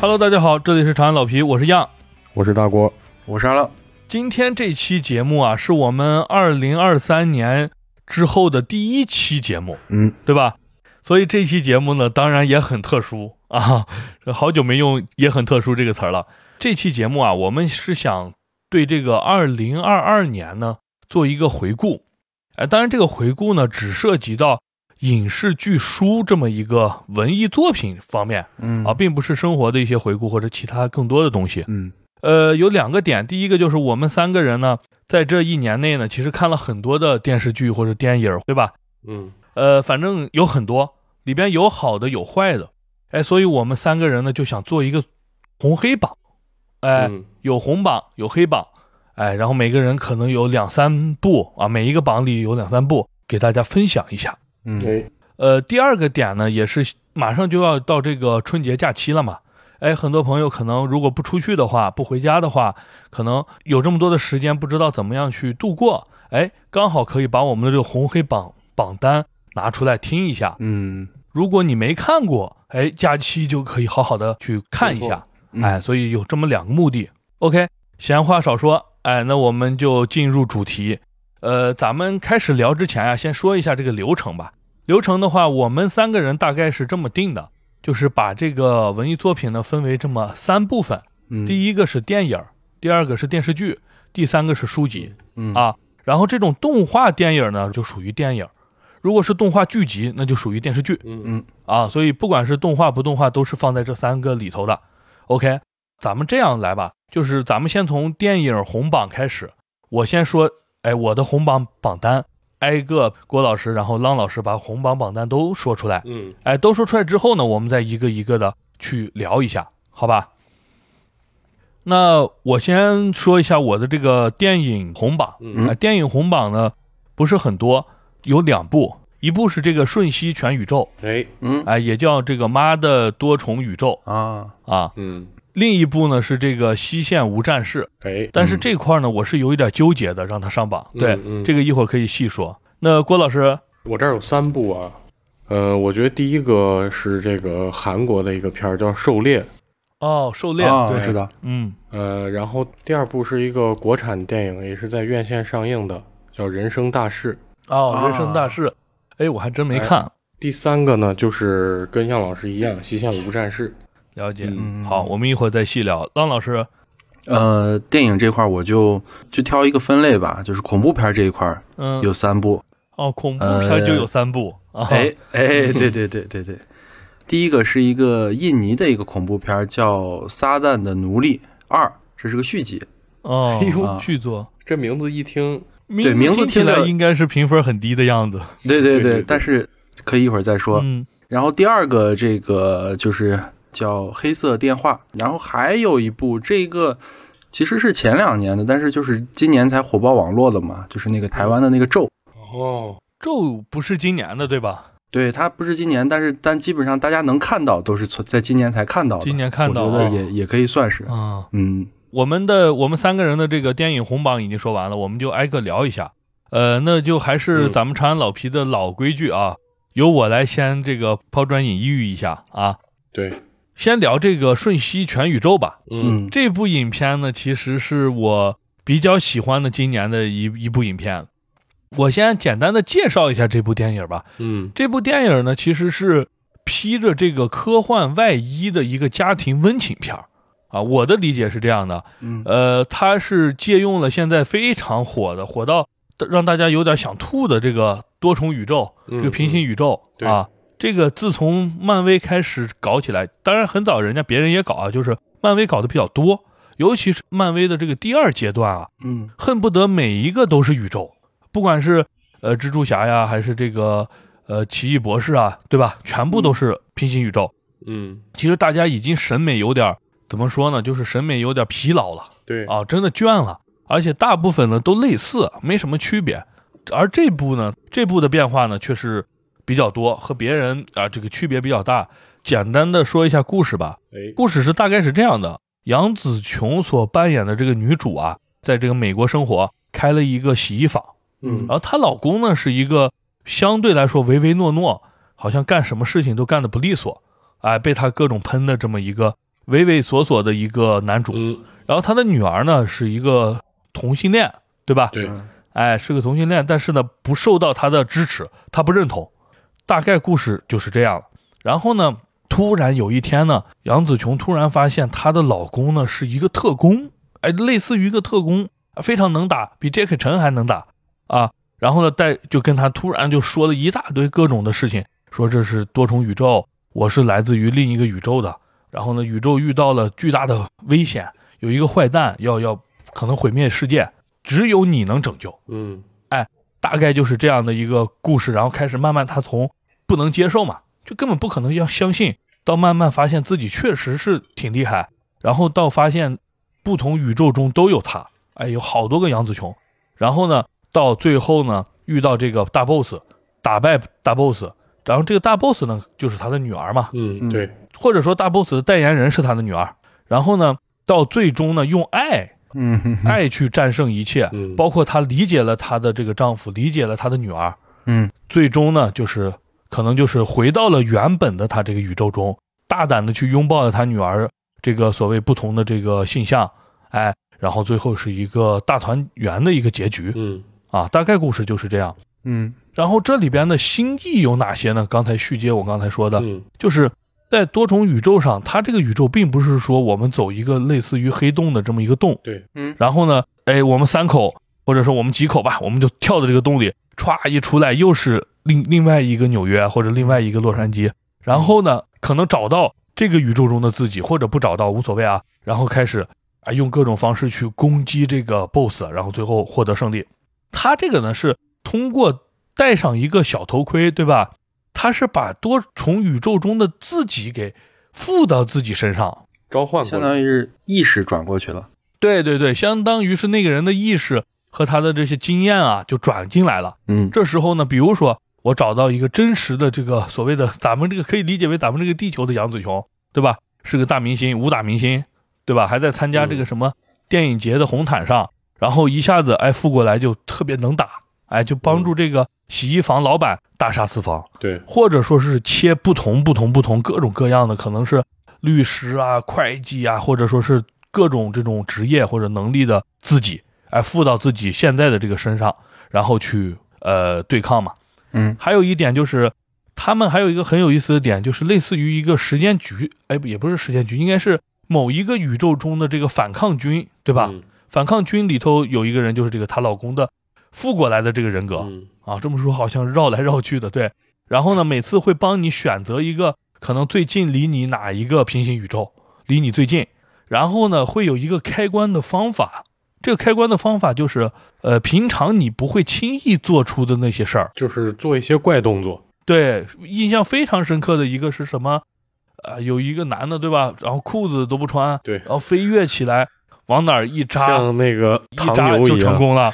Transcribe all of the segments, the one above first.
Hello，大家好，这里是长安老皮，我是样。我是大郭，我是阿浪，今天这期节目啊，是我们二零二三年之后的第一期节目，嗯，对吧？所以这期节目呢，当然也很特殊啊，这好久没用“也很特殊”这个词儿了。这期节目啊，我们是想对这个二零二二年呢做一个回顾，哎，当然这个回顾呢，只涉及到影视剧、书这么一个文艺作品方面嗯啊，并不是生活的一些回顾或者其他更多的东西。嗯呃，有两个点，第一个就是我们三个人呢，在这一年内呢，其实看了很多的电视剧或者电影，对吧？嗯呃，反正有很多，里边有好的有坏的，哎，所以我们三个人呢就想做一个红黑榜，哎，嗯有红榜有黑榜，哎，然后每个人可能有两三部啊，每一个榜里有两三部，给大家分享一下。嗯哎呃，第二个点呢，也是马上就要到这个春节假期了嘛。哎，很多朋友可能如果不出去的话，不回家的话，可能有这么多的时间，不知道怎么样去度过。哎，刚好可以把我们的这个红黑榜榜单拿出来听一下。嗯如果你没看过，哎，假期就可以好好的去看一没错嗯下。哎，所以有这么两个目的。OK，闲话少说，哎，那我们就进入主题。呃，咱们开始聊之前啊，先说一下这个流程吧。流程的话，我们三个人大概是这么定的，就是把这个文艺作品呢分为这么三部分，嗯第一个是电影儿，第二个是电视剧，第三个是书籍。嗯啊，然后这种动画电影呢，就属于电影儿；如果是动画剧集，那就属于电视剧。嗯嗯啊，所以不管是动画不动画，都是放在这三个里头的。OK，咱们这样来吧，就是咱们先从电影红榜开始。我先说，哎，我的红榜榜单，挨个郭老师，然后浪老师把红榜榜单都说出来。嗯哎，都说出来之后呢，我们再一个一个的去聊一下，好吧？那我先说一下我的这个电影红榜。嗯啊，电影红榜呢不是很多，有两部，一部是这个《瞬息全宇宙》，哎嗯哎、也叫这个《妈的多重宇宙啊，》啊，嗯另一部呢是这个《西线无战事》，哎，但嗯是这块呢我是有一点纠结的，让它上榜。嗯对，嗯这个一会儿可以细说。那郭老师，我这儿有三部啊，呃，我觉得第一个是这个韩国的一个片儿叫《狩猎》，哦，狩猎，啊，对知道，嗯，呃，然后第二部是一个国产电影，也是在院线上映的，叫《人生大事》。哦，啊人生大事，哎，我还真没哎看，第三个呢，就是跟样老师一样，《西线无战事》。了解。嗯好，我们一会儿再细聊。浪老师，呃，电影这块儿我就就挑一个分类吧，就是恐怖片这一块儿嗯，有三部，哦，恐怖片就呃有三部啊，哎哎，对对对对对，第一个是一个印尼的一个恐怖片儿，叫《撒旦的奴隶二》，这是个续集，哦哎， 呦续作，这名字一听，名啊名字听起听来着应该是评分很低的样子。对对对对对对，但是可以一会儿再说，嗯，然后第二个这个就是叫《黑色电话》，然后还有一部这个其实是前两年的，但是就是今年才火爆网络的嘛，就是那个台湾的那个咒。哦，咒不是今年的对吧？对，它不是今年，但是但基本上大家能看到都是从在今年才看到的，今年看到我觉啊得也也可以算是，啊，嗯我们的我们三个人的这个电影红榜已经说完了，我们就挨个聊一下。呃，那就还是嗯咱们长安老皮的老规矩啊，由我来先这个抛砖引玉一下啊，对，先聊这个《瞬息全宇宙》吧。嗯这部影片呢，其实是我比较喜欢的今年的一一部影片。我先简单的介绍一下这部电影吧。嗯这部电影呢，其实是披着这个科幻外衣的一个家庭温情片儿啊。我的理解是这样的，嗯呃，它是借用了现在非常火的，火到让大家有点想吐的这个多重宇宙，嗯这个平行宇宙、对啊。这个自从漫威开始搞起来，当然很早人家别人也搞啊，就是漫威搞的比较多，尤其是漫威的这个第二阶段啊，嗯恨不得每一个都是宇宙，不管是呃蜘蛛侠呀，还是这个呃奇异博士啊，对吧？全部都是平行宇宙。嗯，其实大家已经审美有点儿怎么说呢，就是审美有点儿疲劳了对，啊，真的倦了。而且大部分呢都类似，没什么区别。而这部呢，这部的变化呢却是比较多，和别人啊这个区别比较大。简单的说一下故事吧，哎，故事是大概是这样的：杨紫琼所扮演的这个女主啊，在这个美国生活，开了一个洗衣坊，嗯然后她老公呢是一个相对来说唯唯诺诺，好像干什么事情都干得不利索，哎，被她各种喷的这么一个畏畏缩缩的一个男主，嗯，然后他的女儿呢是一个同性恋，对吧？对，哎，是个同性恋，但是呢不受到他的支持，他不认同。大概故事就是这样了。然后呢，突然有一天呢，杨紫琼突然发现她的老公呢是一个特工，哎，类似于一个特工，非常能打，比 Jack 陈还能打啊。然后呢，带就跟他突然就说了一大堆各种的事情，说这是多重宇宙，我是来自于另一个宇宙的。然后呢，宇宙遇到了巨大的危险，有一个坏蛋要要可能毁灭世界，只有你能拯救。嗯大概就是这样的一个故事，然后开始慢慢他从不能接受嘛，就根本不可能要相信，到慢慢发现自己确实是挺厉害，然后到发现不同宇宙中都有他，哎，有好多个杨紫琼，然后呢，到最后呢遇到这个大 boss，打败大 boss，然后这个大 boss 呢就是他的女儿嘛，嗯，对，或者说大 boss 的代言人是他的女儿，然后呢到最终呢用爱嗯哼哼，爱去战胜一切，嗯包括她理解了她的这个丈夫，理解了她的女儿，嗯，最终呢，就是可能就是回到了原本的她这个宇宙中，大胆的去拥抱了她女儿这个所谓不同的这个性向，哎，然后最后是一个大团圆的一个结局嗯啊，大概故事就是这样。嗯然后这里边的新意有哪些呢？刚才续接我刚才说的，嗯就是在多重宇宙上，它这个宇宙并不是说我们走一个类似于黑洞的这么一个洞，对，嗯然后呢，哎，我们三口或者说我们几口吧，我们就跳到这个洞里，歘一出来又是另另外一个纽约或者另外一个洛杉矶，然后哎呢，可能找到这个宇宙中的自己，或者不找到无所谓啊，然后开始啊用各种方式去攻击这个 BOSS，然后最后获得胜利。他这个呢是通过戴上一个小头盔，对吧？他是把多重宇宙中的自己给附到自己身上，召唤过嗯相来，当于是意识转过去了。对对对，相当于是那个人的意识和他的这些经验啊，就转进来了。嗯这时候呢，比如说我找到一个真实的这个所谓的咱们这个可以理解为咱们这个地球的杨紫琼，对吧？是个大明星，武打明星，对吧？还在参加这个什么电影节的红毯上，然后一下子哎复过来就特别能打，哎就帮助这个洗衣房老板大杀四方。对，或者说是切不同、不同、不同各种各样的，可能是律师啊、会计啊，或者说是各种这种职业或者能力的自己，哎，附到自己现在的这个身上，然后去呃对抗嘛。嗯还有一点就是，他们还有一个很有意思的点，就是类似于一个时间局，哎，也不是时间局，应该是某一个宇宙中的这个反抗军，对吧？嗯反抗军里头有一个人就是这个她老公的复过来的这个人格，嗯啊，这么说好像绕来绕去的，对。然后呢，每次会帮你选择一个可能最近离你哪一个平行宇宙离你最近，然后呢会有一个开关的方法。这个开关的方法就是，呃，平常你不会轻易做出的那些事儿。就是做一些怪动作，对，印象非常深刻的一个是什么？呃，有一个男的，对吧？然后裤子都不穿，对然后飞跃起来，往哪儿一扎，像那个一唐扎牛就一成样，功 了，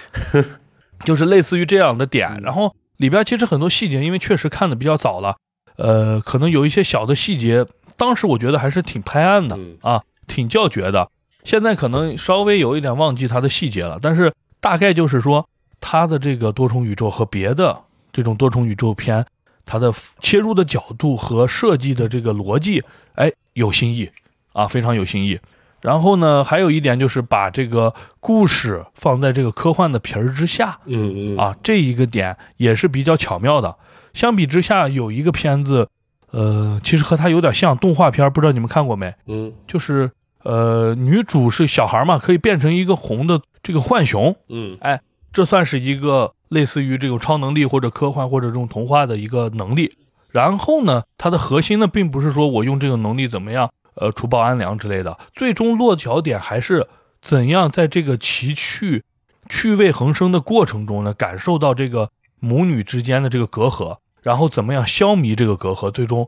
就是类似于这样的点。嗯然后里边其实很多细节，因为确实看的比较早了，呃，可能有一些小的细节，当时我觉得还是挺拍案的，嗯啊挺叫绝的。现在可能稍微有一点忘记它的细节了，但是大概就是说，它的这个多重宇宙和别的这种多重宇宙片，它的切入的角度和设计的这个逻辑，哎，有新意啊，非常有新意。然后呢，还有一点就是把这个故事放在这个科幻的皮儿之下嗯嗯，啊，这一个点也是比较巧妙的。相比之下，有一个片子，呃，其实和它有点像动画片儿，不知道你们看过没？嗯就是呃，女主是小孩嘛，可以变成一个红的这个浣熊，嗯这算是一个类似于这种超能力或者科幻或者这种童话的一个能力。然后呢，它的核心呢，并不是说我用这个能力怎么样，呃，除暴安良之类的，最终落脚点还是怎样在这个奇趣、趣味横生的过程中呢，感受到这个母女之间的这个隔阂，然后怎么样消弭这个隔阂，最终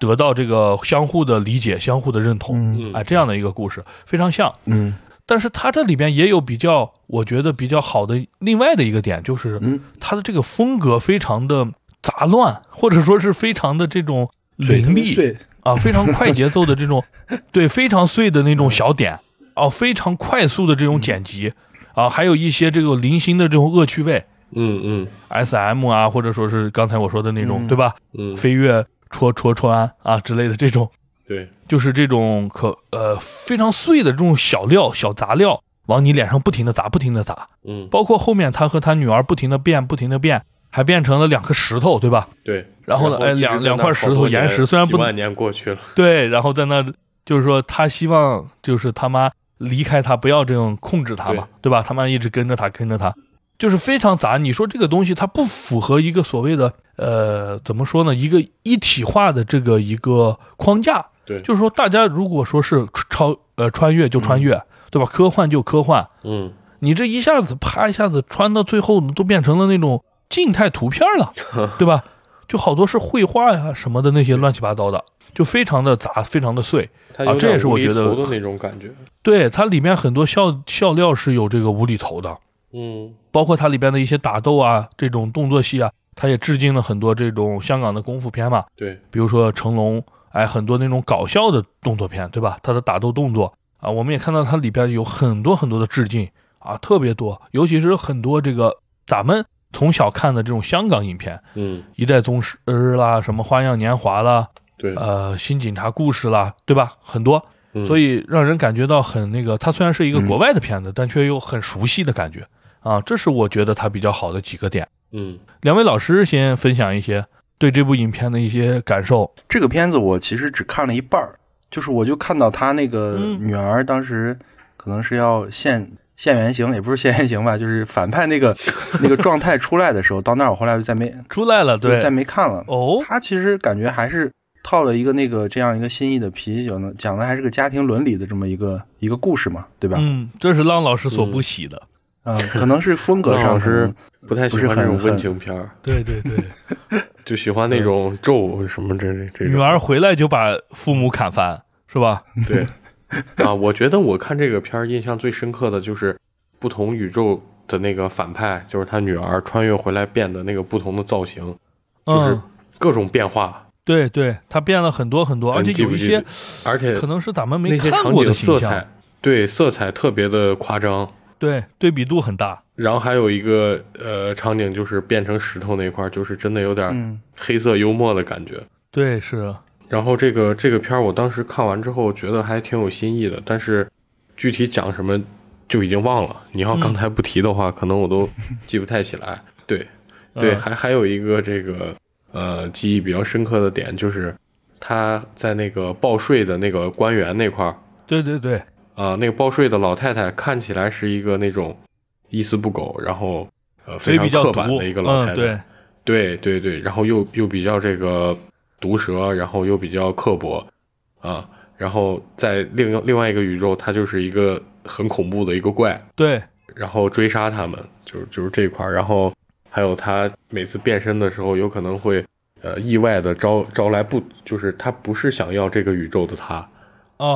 得到这个相互的理解、相互的认同。嗯嗯啊，这样的一个故事非常像。嗯但是它这里边也有比较，我觉得比较好的另外的一个点，就是嗯它的这个风格非常的杂乱，或者说是非常的这种凌厉碎，啊，非常快节奏的这种， 对，非常碎的嗯那种小点啊，非常快速的这种剪辑啊，还有一些这个零星的这种恶趣味嗯嗯 S M 啊，或者说是刚才我说的那种，嗯对吧？嗯，飞跃、戳戳穿啊之类的这种对，就是这种可呃非常碎的这种小料、小杂料，往你脸上不停的砸，不停的砸。嗯，包括后面他和他女儿不停的变，不停的变，还变成了两颗石头，对吧？对。 然后呢，哎，两两块石头岩石，虽然几不万年 过去了，对，然后在那就是说他希望就是他妈离开他，不要这样控制他嘛，对吧？他妈一直跟着他，跟着他，就是非常杂。你说这个东西它不符合一个所谓的呃怎么说呢？一个一体化的这个一个框架，对，就是说大家如果说是超呃穿越就穿越，对吧？科幻就科幻，嗯，你这一下子啪一下子穿到最后都变成了那种静态图片了，对吧？就好多是绘画呀什么的那些乱七八糟的，就非常的杂，非常的碎。它啊有这也是点无我厘觉得头的那种感觉，对，它里面很多笑笑料是有这个无厘头的，嗯，包括它里边的一些打斗啊，这种动作戏啊，它也致敬了很多这种香港的功夫片嘛，对，比如说成龙，哎，很多那种搞笑的动作片，对吧？它的打斗动作啊，我们也看到它里边有很多很多的致敬啊，特别多，尤其是很多这个咱们从小看的这种香港影片，嗯， 《一代宗师》啦，什么《花样年华》啦，对，呃，《新警察故事》啦，对吧？很多，嗯所以让人感觉到很那个，它虽然是一个国外的片子，但却又很熟悉的感觉啊，这是我觉得它比较好的几个点。嗯，两位老师先分享一些对这部影片的一些感受。这个片子我其实只看了一半儿，就是我就看到他那个嗯女儿当时可能是要现现原形，也不是现原形吧，就是反派那个那个状态出来的时候，到那儿我后来就再没出来了，就再对，没看了。哦，他其实感觉还是套了一个那个这样一个新意的皮，讲的讲的还是个家庭伦理的这么一个一个故事嘛，对吧？嗯，这是浪老师所不喜的，嗯，可能是风格浪上 老可能师不太喜欢这种温情片儿，对对对，就喜嗯欢那种咒什么这这这女种。儿回来就把父母砍翻，是吧？ 对，啊，我觉得我看这个片儿印象最深刻的就是不同宇宙的那个反派，就是他女儿穿越回来变的那个不同的造型，就是嗯，各种变化，对对，他变了很多很多，而且哎你记有不一记些得，而且可能是咱们没那些看场过景的色形象，彩，对色彩特别的夸张。对对比度很大。然后还有一个呃场景就是变成石头那块儿，就是真的有点嗯，黑色幽默的感觉。对，是，然后这个这个片儿，我当时看完之后觉得还挺有新意的，但是具体讲什么就已经忘了。你要刚嗯才不提的话，可能我都记不太起来。对对，嗯还还有一个这个呃记忆比较深刻的点就是他在那个报税的那个官员那块儿对对对，啊、那个报税的老太太看起来是一个那种一丝不苟，然后呃嘴非常比较刻毒板的一个，老嗯，太太。对，对对对，然后又又比较这个毒舌，然后又比较刻薄啊，然后在另另外一个宇宙，他就是一个很恐怖的一个怪，对，然后追杀他们，就是就是这一块儿，然后还有他每次变身的时候，有可能会呃意外的招招来不，就是他不是想要这个宇宙的他，然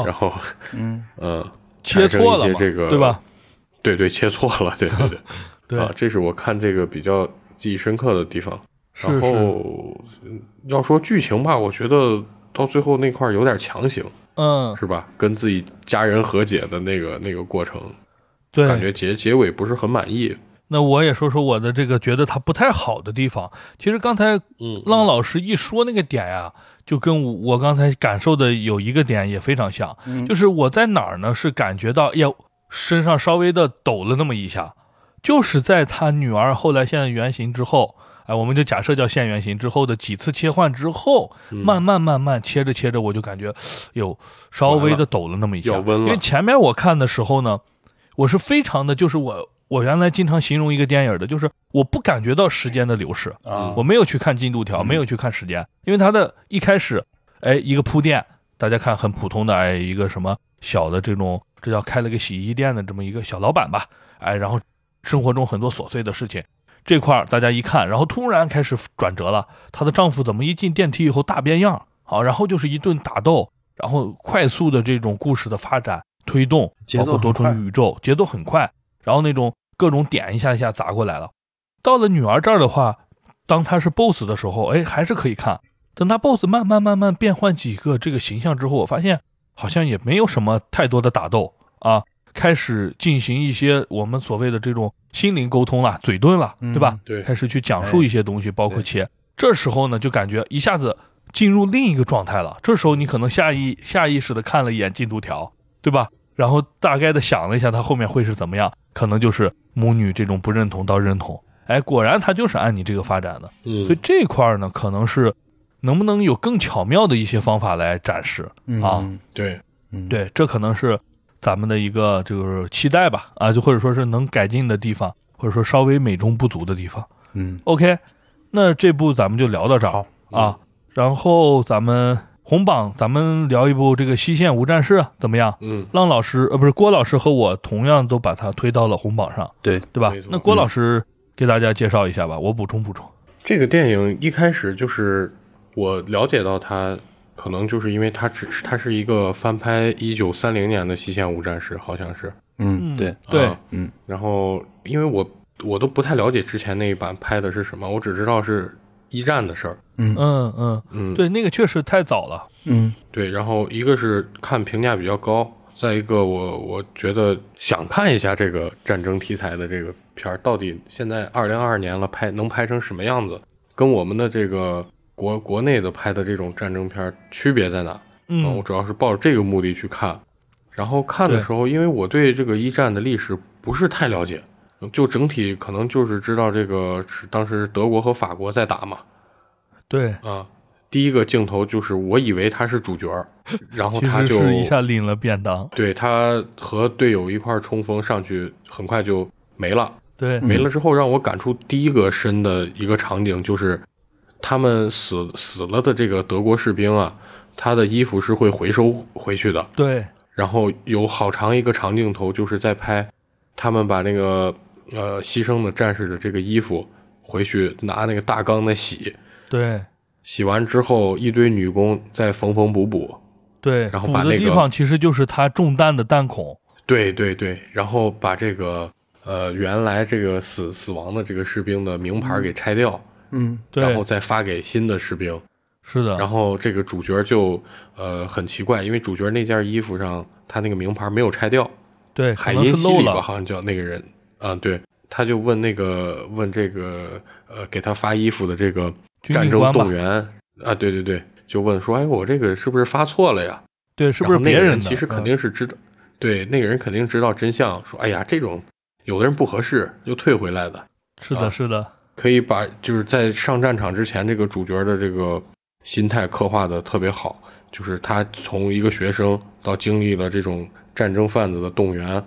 哦，后嗯，嗯、呃切错了产生一嘛，些这个对吧？对对，切错了，对对对， 对，啊，这是我看这个比较记忆深刻的地方。是然后是，嗯要说剧情吧，我觉得到最后那块儿有点强行，嗯，是吧？跟自己家人和解的那个那个过程，感对。觉结结尾不是很满意。那我也说说我的这个觉得它不太好的地方。其实刚才嗯，浪老师一说那个点呀、就跟我我刚才感受的有一个点也非常像，嗯就是我在哪儿呢？是感觉到哎呀身上稍微的抖了那么一下，就是在他女儿后来现原型之后，哎，我们就假设叫现原型之后的几次切换之后，嗯慢慢慢慢切着切着，我就感觉有稍微的抖了那么一下，要温了因为前面我看的时候呢，我是非常的，就是我我原来经常形容一个电影的，就是我不感觉到时间的流逝，啊，我没有去看进度条，没有去看时间，因为它的一开始，哎，一个铺垫，大家看很普通的，哎，一个什么小的这种，这叫开了个洗衣店的这么一个小老板吧，哎，然后生活中很多琐碎的事情。这块儿大家一看，然后突然开始转折了。她的丈夫怎么一进电梯以后大变样啊？然后就是一顿打斗，然后快速的这种故事的发展推动，节包奏括多很快重宇宙，节奏很快，然后那种各种点一下一下砸过来了。到了女儿这儿的话，当她是 BOSS 的时候，哎，还是可以看。等她 BOSS 慢慢慢慢变换几个这个形象之后，我发现好像也没有什么太多的打斗啊，开始进行一些我们所谓的这种心灵沟通了、嘴遁了，对吧？嗯对开始去讲述一些东西，包括切。这时候呢，就感觉一下子进入另一个状态了。这时候你可能下意下意识的看了一眼进度条，对吧？然后大概的想了一下，它后面会是怎么样？可能就是母女这种不认同到认同。哎，果然它就是按你这个发展的。嗯，所以这块儿呢，可能是能不能有更巧妙的一些方法来展示？嗯啊，对，嗯，对，这可能是咱们的一个就是期待吧，啊，就或者说是能改进的地方，或者说稍微美中不足的地方。嗯， OK，那这部咱们就聊到这儿好，啊，然后咱们红榜，咱们聊一部这个《西线无战事》怎么样？嗯，浪老师呃，不是郭老师和我同样都把它推到了红榜上，对，对吧没错？那郭老师给大家介绍一下吧，我补充补充。这个电影一开始就是我了解到它，可能就是因为它只是它是一个翻拍一九三零年的《西线无战事》，好像是，嗯，对，对啊，嗯，然后因为我我都不太了解之前那一版拍的是什么，我只知道是一战的事儿，嗯嗯嗯，嗯，对，那个确实太早了。嗯对，然后一个是看评价比较高，再一个我我觉得想看一下这个战争题材的这个片儿，到底现在二零二二年了拍能拍成什么样子，跟我们的这个国国内的拍的这种战争片儿区别在哪？啊我嗯主要是抱着这个目的去看，然后看的对时候，因为我对这个一战的历史不是太了解，就整体可能就是知道这个是当时德国和法国在打嘛，对，啊，第一个镜头就是我以为他是主角儿，然后其他实就是一下领了便当。对他和队友一块儿冲锋上去，很快就没了。对，没了之后，让我感触第一个深的一个场景就是，他们死死了的这个德国士兵啊，他的衣服是会回收回去的。对，然后有好长一个长镜头，就是在拍他们把那个呃牺牲的战士的这个衣服回去拿那个大缸在洗，对，洗完之后，一堆女工在缝缝补补。对，然后补把的那地个方其实就是它中弹的弹孔。对对对，然后把这个呃原来这个死死亡的这个士兵的名牌给拆掉，嗯然对，后嗯再发给新的士兵。是的，然后这个主角就呃很奇怪，因为主角那件衣服上他那个名牌没有拆掉，对，可海能因是希漏里吧，了。好像叫那个人啊、对，他就问那个问这个呃给他发衣服的这个军战令争官吧动员啊，对对对，就问说，哎，我这个是不是发错了呀？对，是然不是后那别个人的？其实肯嗯定是知道，对，那个人肯定知道真相，说哎呀，这种有的人不合适，又退回来的，是啊的，是的，可以把就是在上战场之前，这个主角的这个心态刻画的特别好，就是他从一个学生到经历了这种战争贩子的动员，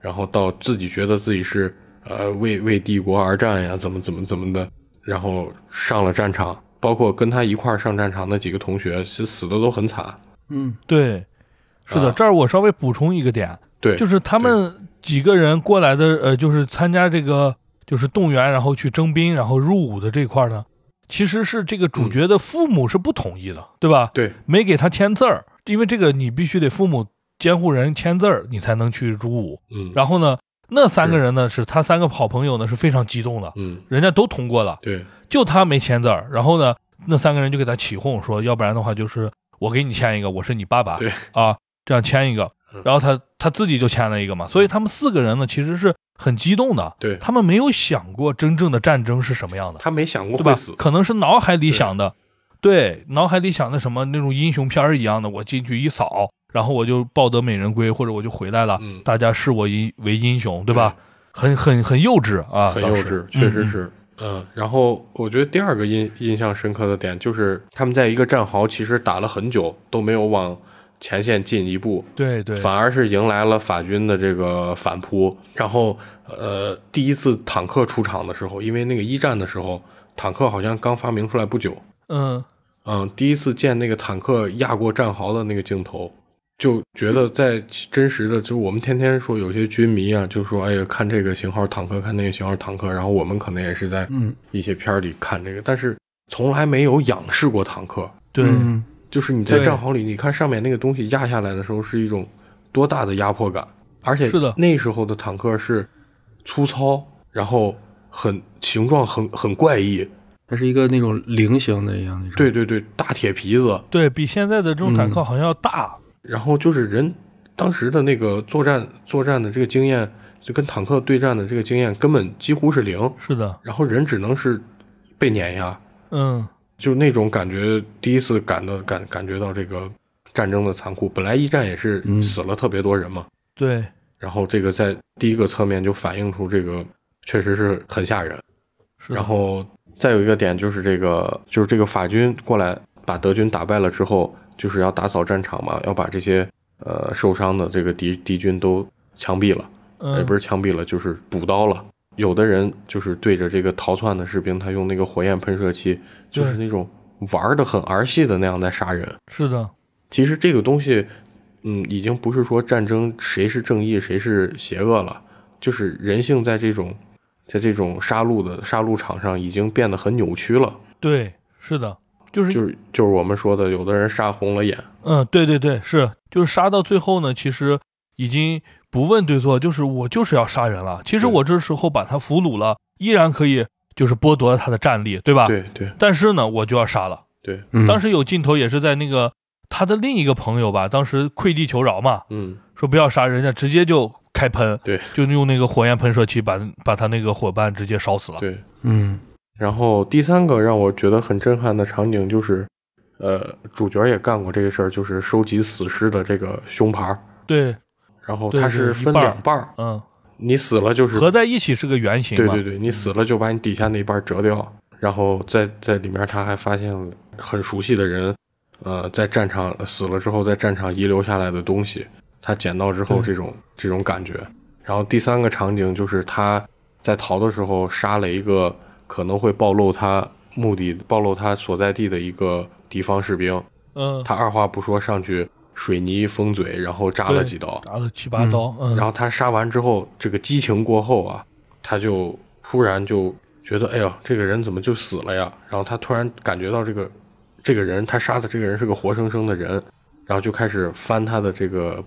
然后到自己觉得自己是呃为为帝国而战呀，怎么怎么怎么的，然后上了战场，包括跟他一块儿上战场的几个同学，其实死的都很惨，嗯对，是的。啊这儿我稍微补充一个点，对，就是他们几个人过来的，呃，就是参加这个就是动员，然后去征兵，然后入伍的这块呢，其实是这个主嗯角的父母是不同意的，对吧？对没给他签字儿，因为这个你必须得父母监护人签字儿，你才能去入伍。嗯，然后呢，那三个人呢，是他三个好朋友呢是非常激动的，嗯，人家都通过了，对就他没签字儿。然后呢，那三个人就给他起哄说，要不然的话就是我给你签一个，我是你爸爸，对啊，这样签一个嗯。然后他他自己就签了一个嘛，所以他们四个人呢其实是很激动的，对，他们没有想过真正的战争是什么样的。他没想过对吧会死？，可能是脑海里想的，对，脑海里想的什么那种英雄片儿一样的，我进去一扫，然后我就抱得美人归，或者我就回来了，嗯大家视我一为英雄，对吧？很很很幼稚啊，很当幼稚时，确实。是。嗯，然后我觉得第二个印印象深刻的点就是，他们在一个战壕其实打了很久都没有往前线进一步，对对，反而是迎来了法军的这个反扑。然后，呃，第一次坦克出场的时候，因为那个一战的时候，坦克好像刚发明出来不久，嗯，嗯，第一次见那个坦克压过战壕的那个镜头，就觉得在真实的，就是我们天天说有些军迷啊，就说哎呀，看这个型号坦克，看那个型号坦克，然后我们可能也是在嗯，一些片儿里看这个，但是从来没有仰视过坦克。对，嗯就是你在对战壕里，你看上面那个东西压下来的时候，是一种多大的压迫感，而且是的那时候的坦克是粗糙，然后很形状很很怪异，它是一个那种菱形的一样那种，对，对对，大铁皮子，对比现在的这种坦克好像要大，然后就是人当时的那个作战作战的这个经验，就跟坦克对战的这个经验根本几乎是零，是的，然后人只能是被碾压，嗯，就那种感觉，第一次感到感感觉到这个战争的残酷。本来一战也是嗯死了特别多人嘛，对，然后这个在第一个侧面就反映出这个确实是很吓人。是的然后再有一个点就是这个，就是这个法军过来把德军打败了之后，就是要打扫战场嘛，要把这些呃受伤的这个敌敌军都枪毙了，也嗯哎不是枪毙了，就是补刀了。有的人就是对着这个逃窜的士兵，他用那个火焰喷射器，就是对那种玩的很儿戏的那样在杀人。是的，其实这个东西，嗯，已经不是说战争谁是正义谁是邪恶了，就是人性在这种在这种杀戮的杀戮场上已经变得很扭曲了。对，是的，就是就是就是我们说的，有的人杀红了眼，嗯，对对对，是，就是杀到最后呢，其实已经不问对错，就是我就是要杀人了。其实对我这时候把他俘虏了，依然可以就是剥夺了他的战力，对吧？。对对但是呢，我就要杀了。对，嗯当时有镜头也是在那个他的另一个朋友吧，当时跪地求饶嘛，嗯，说不要杀人家，直接就开喷，对，就用那个火焰喷射器把把他那个伙伴直接烧死了。对。嗯然后第三个让我觉得很震撼的场景就是，呃，主角也干过这个事儿，就是收集死尸的这个胸牌儿，对，然后对它对是一分半儿两半儿，嗯，你死了就是合在一起是个圆形对嘛。对对，你死了就把你底下那一半折掉，然后在在里面他还发现了很熟悉的人，呃，在战场死了之后，在战场遗留下来的东西，他捡到之嗯后这种这种感觉。然后第三个场景就是他在逃的时候杀了一个可能会暴露他目的、暴露他所在地的一个敌方士兵，嗯，他二话不说上去水泥封嘴，然后扎了对几刀。打了七八刀，嗯，然后他杀完之后，这个激情过后啊，他就突然就觉得，哎呦，这个人怎么就死了呀？然后他突然感觉到这个这个人，他杀的这个人是个活生生的人，然后就开始翻他的这个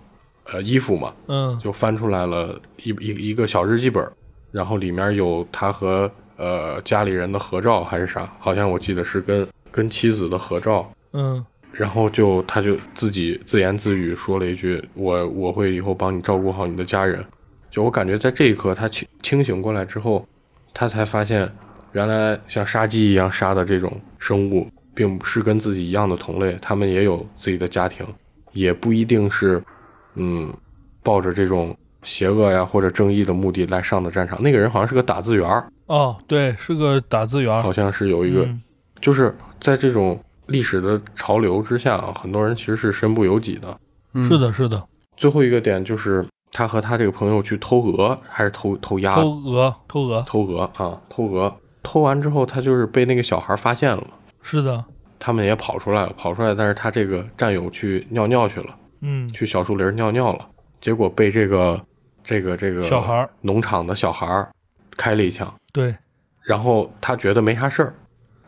呃衣服嘛，嗯，就翻出来了一一一个小日记本，然后里面有他和呃家里人的合照还是啥，好像我记得是跟跟妻子的合照，嗯，然后就他就自己自言自语说了一句：“我我会以后帮你照顾好你的家人。”就我感觉在这一刻，他清清醒过来之后，他才发现，原来像杀鸡一样杀的这种生物，并不是跟自己一样的同类，他们也有自己的家庭，也不一定是，嗯，抱着这种邪恶呀或者正义的目的来上的战场。那个人好像是个打字员儿，哦，对，是个打字员儿，好像是有一个嗯就是在这种历史的潮流之下，啊很多人其实是身不由己的。嗯是的，是的，最后一个点就是他和他这个朋友去偷鹅，还是偷偷鸭子？偷鹅，偷鹅，偷鹅啊，偷鹅。偷完之后，他就是被那个小孩发现了，是的，他们也跑出来了，跑出来，但是他这个战友去尿尿去了，嗯，去小树林尿尿了，结果被这个这个这个小孩儿，农场的小孩儿开了一枪，对，然后他觉得没啥事儿，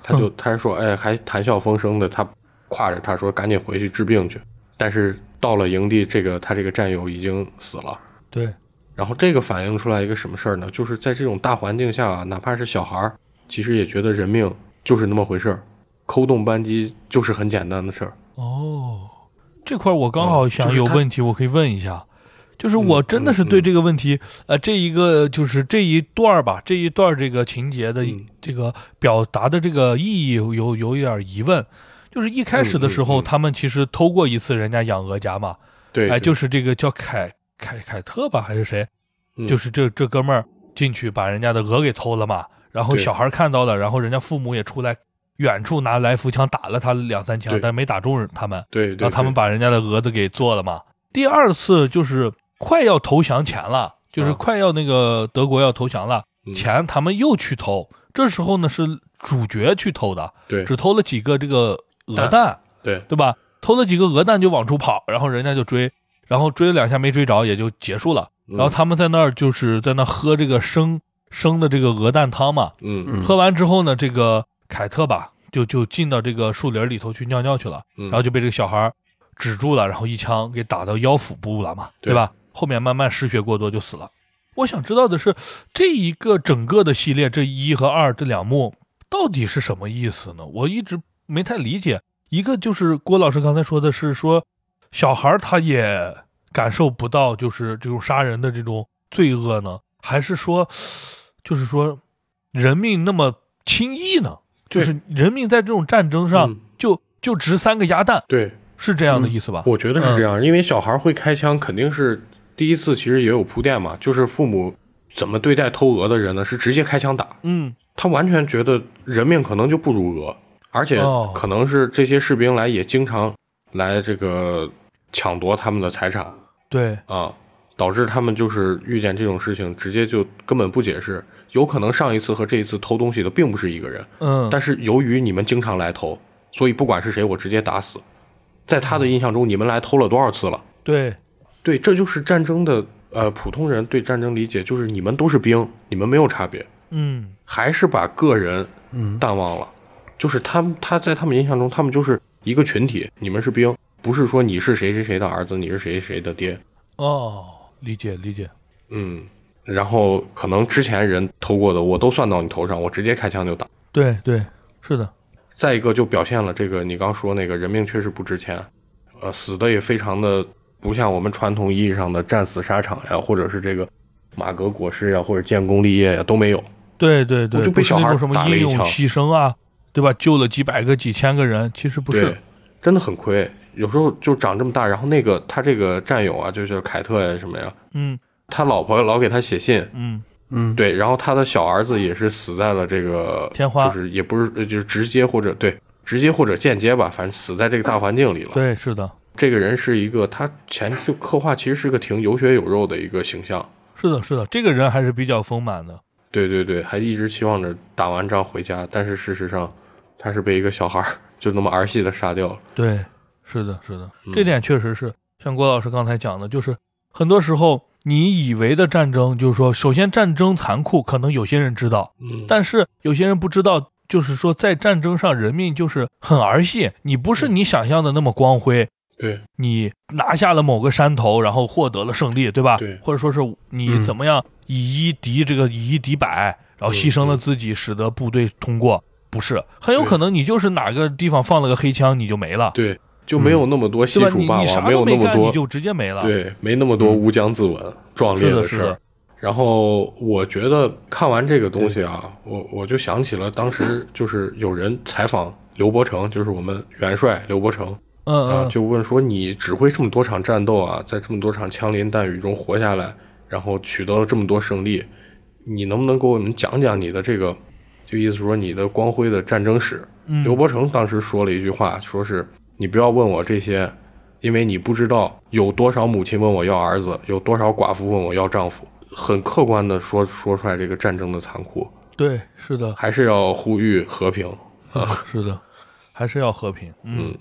他就他说，哎，还谈笑风生的，他挎着他说赶紧回去治病去。但是到了营地，这个他这个战友已经死了。对，然后这个反映出来一个什么事儿呢？就是在这种大环境下啊，哪怕是小孩儿，其实也觉得人命就是那么回事儿，扣动扳机就是很简单的事儿。哦，这块儿我刚嗯好就想是有他问题，我可以问一下，就是我嗯真的是嗯对嗯这个问题，呃，这一个就是这一段儿吧，这一段儿这个情节的嗯这个表达的这个意义有有有一点儿疑问。就是一开始的嗯时候，嗯他们其实偷过一次人家养鹅家嘛，对，哎，就是是这个叫凯凯凯特吧，还是谁？嗯就是这这哥们儿进去把人家的鹅给偷了嘛，然后对小孩看到了，然后人家父母也出来，远处拿来福枪打了他两三枪，对但没打中他们，对，然后他们把人家的鹅子给做了嘛。第二次就是快要投降前了，就是啊快要那个德国要投降了、嗯前，他们又去偷，这时候呢是主角去偷的，对只偷了几个这个鹅蛋蛋，对对吧？偷了几个鹅蛋就往出跑，然后人家就追，然后追了两下没追着，也就结束了。嗯然后他们在那儿就是在那喝这个生生的这个鹅蛋汤嘛，嗯嗯喝完之后呢，这个凯特吧就就进到这个树林里头去尿尿去了，嗯，然后就被这个小孩儿止住了，然后一枪给打到腰腹部了嘛，对对吧？后面慢慢失血过多就死了。我想知道的是，这一个整个的系列，这一和二这两幕到底是什么意思呢？我一直没太理解。一个就是郭老师刚才说的是说，小孩儿他也感受不到就是这种杀人的这种罪恶呢，还是说，就是说人命那么轻易呢？就是人命在这种战争上嗯就就值三个鸭蛋，对，是这样的意思吧？我觉得是这样，因为小孩会开枪，肯定是第一次，其实也有铺垫嘛，就是父母怎么对待偷鹅的人呢？是直接开枪打，嗯他完全觉得人命可能就不如鹅，而且哦可能是这些士兵来也经常来这个抢夺他们的财产对，啊，导致他们就是遇见这种事情，直接就根本不解释。有可能上一次和这一次偷东西的并不是一个人，嗯，但是由于你们经常来偷，所以不管是谁，我直接打死。在他的印象中，你们来偷了多少次了？对对，这就是战争的呃，普通人对战争理解就是你们都是兵，你们没有差别，嗯还是把个人嗯淡忘了。就是他们他在他们印象中，他们就是一个群体，你们是兵，不是说你是谁谁谁的儿子，你是谁谁的爹。哦，理解理解，嗯，然后可能之前人偷过的我都算到你头上，我直接开枪就打。对对是的，再一个就表现了这个你刚说那个人命确实不值钱，呃，死的也非常的不像我们传统意义上的战死沙场呀，或者是这个马革裹尸呀，或者建功立业呀都没有。对对对，我就被不是小那孩种什么打了英一勇枪牺牲啊，对吧？救了几百个几千个人，其实不对是，，真的很亏。有时候就长这么大，然后那个他这个战友啊，就是凯特呀什么呀，嗯他老婆老给他写信，嗯嗯，对，然后他的小儿子也是死在了这个天花就是也不是呃就是直接或者对直接或者间接吧，反正死在这个大环境里了。对是的，这个人是一个，他前就刻画其实是个挺有血有肉的一个形象。是的是的，这个人还是比较丰满的，对对对，还一直期望着打完仗回家，但是事实上，他是被一个小孩儿 就那么儿戏的杀掉了。对，是的，是的，嗯这点确实是像郭老师刚才讲的，就是很多时候你以为的战争，就是说，首先战争残酷，可能有些人知道，嗯，但是有些人不知道，就是说在战争上人命就是很儿戏，你不是你想象的那么光辉。对，你拿下了某个山头，然后获得了胜利，对吧？对或者说是你嗯怎么样以一敌这个以一敌百，然后牺牲了自己，使得部队通过。不是，很有对可能你就是哪个地方放了个黑枪，你就没了。对，就没有那么多嗯西对吧？楚你霸你王，啥没都有那没么干，你多就直接没了。，对，没那么多嗯无疆自刎、壮烈是的，是事儿的。，然后我觉得看完这个东西啊，我我就想起了当时就是有人采访刘伯承，就是我们元帅刘伯承，啊，嗯嗯，就问说你指挥这么多场战斗啊，在这么多场枪林弹雨中活下来，然后取得了这么多胜利，你能不能给我们讲讲你的这个，就意思说你的光辉的战争史？嗯刘伯承当时说了一句话，说是你不要问我这些，因为你不知道有多少母亲问我要儿子，有多少寡妇问我要丈夫。很客观的说说出来这个战争的残酷，对，是 的，还是要呼吁和平。是的，还是要和平。嗯嗯，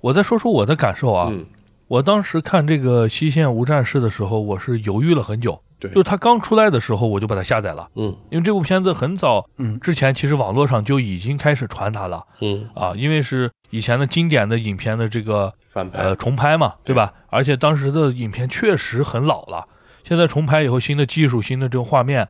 我再说说我的感受啊。嗯，我当时看这个《西线无战事》的时候，我是犹豫了很久。对就是它刚出来的时候，我就把它下载了，嗯因为这部片子很早嗯之前，其实网络上就已经开始传它了嗯，啊，因为是以前的经典的影片的这个反派呃，重拍嘛，对吧？而且当时的影片确实很老了，现在重拍以后，新的技术、新的这种画面，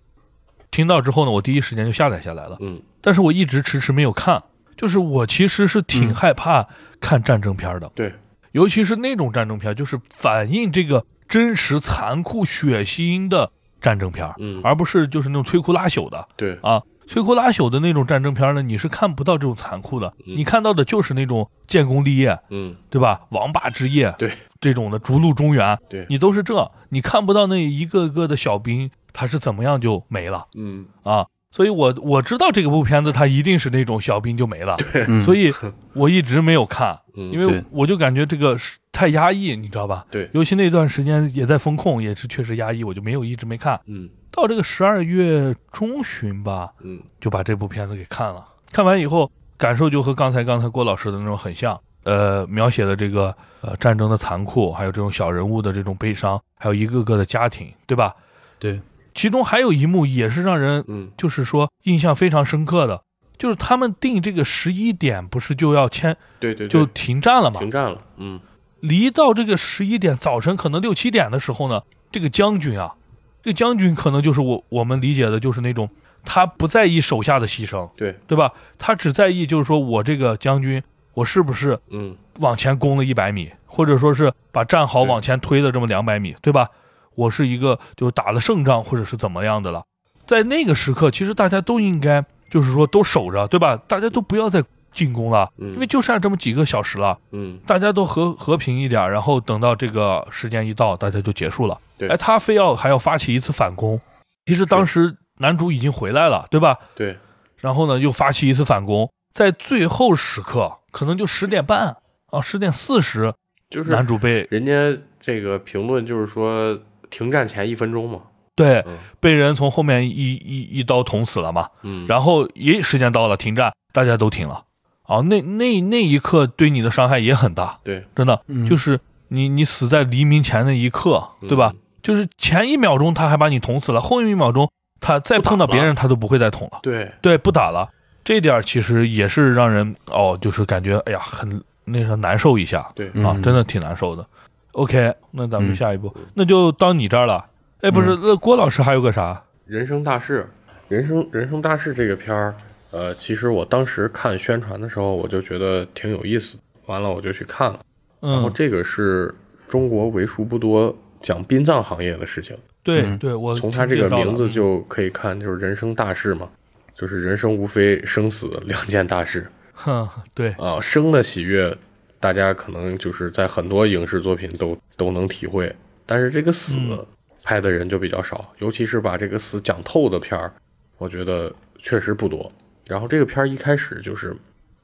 听到之后呢，我第一时间就下载下来了。嗯但是我一直迟迟没有看，就是我其实是挺嗯害怕看战争片的，对，尤其是那种战争片，就是反映这个真实、残酷、血腥的战争片，嗯而不是就是那种摧枯拉朽的。对，啊，摧枯拉朽的那种战争片呢，你是看不到这种残酷的，嗯你看到的就是那种建功立业，嗯对吧？王霸之夜，对这种的逐鹿中原，对，你都是这，你看不到那一个个的小兵他是怎么样就没了嗯啊。所以我我知道这个部片子它一定是那种小兵就没了，嗯所以我一直没有看，嗯，因为对我就感觉这个是太压抑，你知道吧？对尤其那段时间也在风控，也是确实压抑，我就没有一直没看。嗯到这个十二月中旬吧，嗯就把这部片子给看了。看完以后，感受就和刚才刚才郭老师的那种很像，呃，描写的这个呃战争的残酷，还有这种小人物的这种悲伤，还有一个个的家庭，对吧？对，其中还有一幕也是让人嗯就是说印象非常深刻的，就是他们定这个十一点不是就要签对对，就对停战了嘛？停战了，嗯离到这个十一点早晨可能六七点的时候呢，这个将军啊，这个将军可能就是我我们理解的就是那种他不在意手下的牺牲，对对吧？他只在意就是说我这个将军，我是不是嗯往前攻了一百米，或者说是把战壕对往前推了这么两百米，对吧？我是一个就是打了胜仗，或者是怎么样的了。在那个时刻，其实大家都应该就是说都守着，对吧？大家都不要再进攻了，嗯因为就剩这么几个小时了，嗯大家都和和平一点，然后等到这个时间一到，大家就结束了。对哎，他非要还要发起一次反攻，其实当时男主已经回来了，对吧？对，然后呢，又发起一次反攻，在最后时刻，可能就十点半啊，十点四十，就是男主被人家这个评论就是说停战前一分钟嘛，对嗯被人从后面一一一刀捅死了嘛。嗯，然后也时间到了，停战，大家都停了。啊，那那那一刻对你的伤害也很大，对，真的，嗯就是你你死在黎明前那一刻，对吧？嗯？就是前一秒钟他还把你捅死了，后一秒钟他再不打碰到了别人他都不会再捅了，对，对，不打了。这点儿其实也是让人哦，就是感觉哎呀很那啥难受一下，对，嗯啊，真的挺难受的。OK，那咱们嗯下一步，那就到你这儿了。哎，不是，嗯那郭老师还有个啥？人生大事，人生人生大事这个片儿，呃，其实我当时看宣传的时候，我就觉得挺有意思的，完了我就去看了。然后嗯，这个是中国为数不多讲殡葬行业的事情，对嗯对，我从它这个呃介绍了嗯名字就可以看，就是人生大事嘛，就是人生无非生死两件大事哼，对，啊，生的喜悦，大家可能就是在很多影视作品都都能体会，但是这个死嗯拍的人就比较少，尤其是把这个死讲透的片儿，我觉得确实不多。然后这个片儿一开始就是，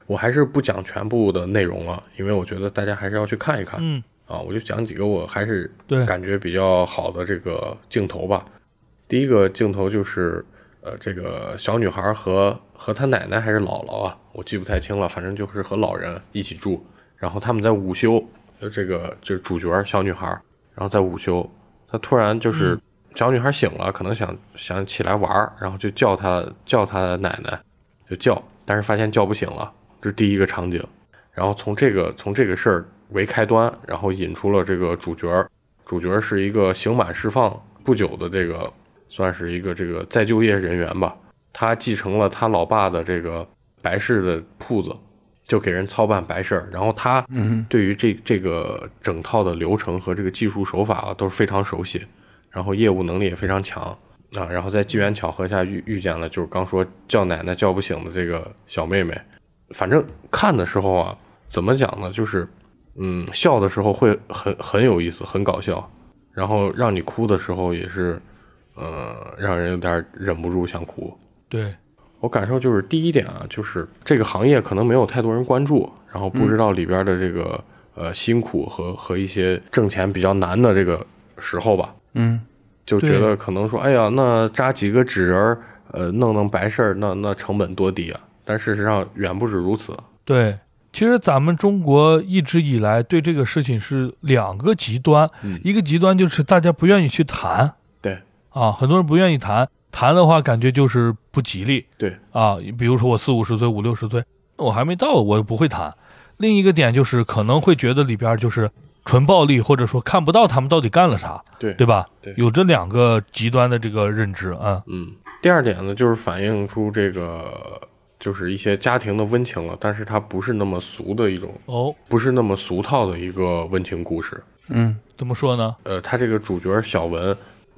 我还是不讲全部的内容了，因为我觉得大家还是要去看一看。嗯，啊，我就讲几个我还是对感觉比较好的这个镜头吧。第一个镜头就是，呃，这个小女孩和和她奶奶还是姥姥啊，我记不太清了，反正就是和老人一起住，然后他们在午休，呃，这个就是主角小女孩，然后在午休，她突然就是、小女孩醒了，可能想想起来玩儿，然后就叫她叫她奶奶，就叫，但是发现叫不醒了，这是第一个场景。然后从这个从这个事儿为开端，然后引出了这个主角儿，主角儿是一个刑满释放不久的这个，算是一个这个再就业人员吧。他继承了他老爸的这个白事的铺子，就给人操办白事儿。然后他嗯对于这这个整套的流程和这个技术手法啊都是非常熟悉，然后业务能力也非常强啊。然后在机缘巧合下遇遇见了，就是刚说叫奶奶叫不醒的这个小妹妹。反正看的时候啊，怎么讲呢？就是嗯，笑的时候会很很有意思，很搞笑，然后让你哭的时候也是，呃，让人有点忍不住想哭。对，我感受就是第一点啊，就是这个行业可能没有太多人关注，然后不知道里边的这个、呃辛苦和和一些挣钱比较难的这个时候吧，嗯就觉对得可能说，哎呀，那扎几个纸人儿，呃，弄弄白事儿，那那成本多低啊！但事实上远不止如此。对，其实咱们中国一直以来对这个事情是两个极端，嗯一个极端就是大家不愿意去谈，对啊，很多人不愿意谈，谈的话感觉就是不吉利对，啊。比如说我四五十岁、五六十岁，我还没到，我不会谈。另一个点就是可能会觉得里边就是纯暴力，或者说看不到他们到底干了啥，对对吧？对有这两个极端的这个认知啊，嗯，第二点呢，就是反映出这个就是一些家庭的温情啊了，但是它不是那么俗的一种，哦，不是那么俗套的一个温情故事。嗯怎么说呢？呃，他这个主角小文，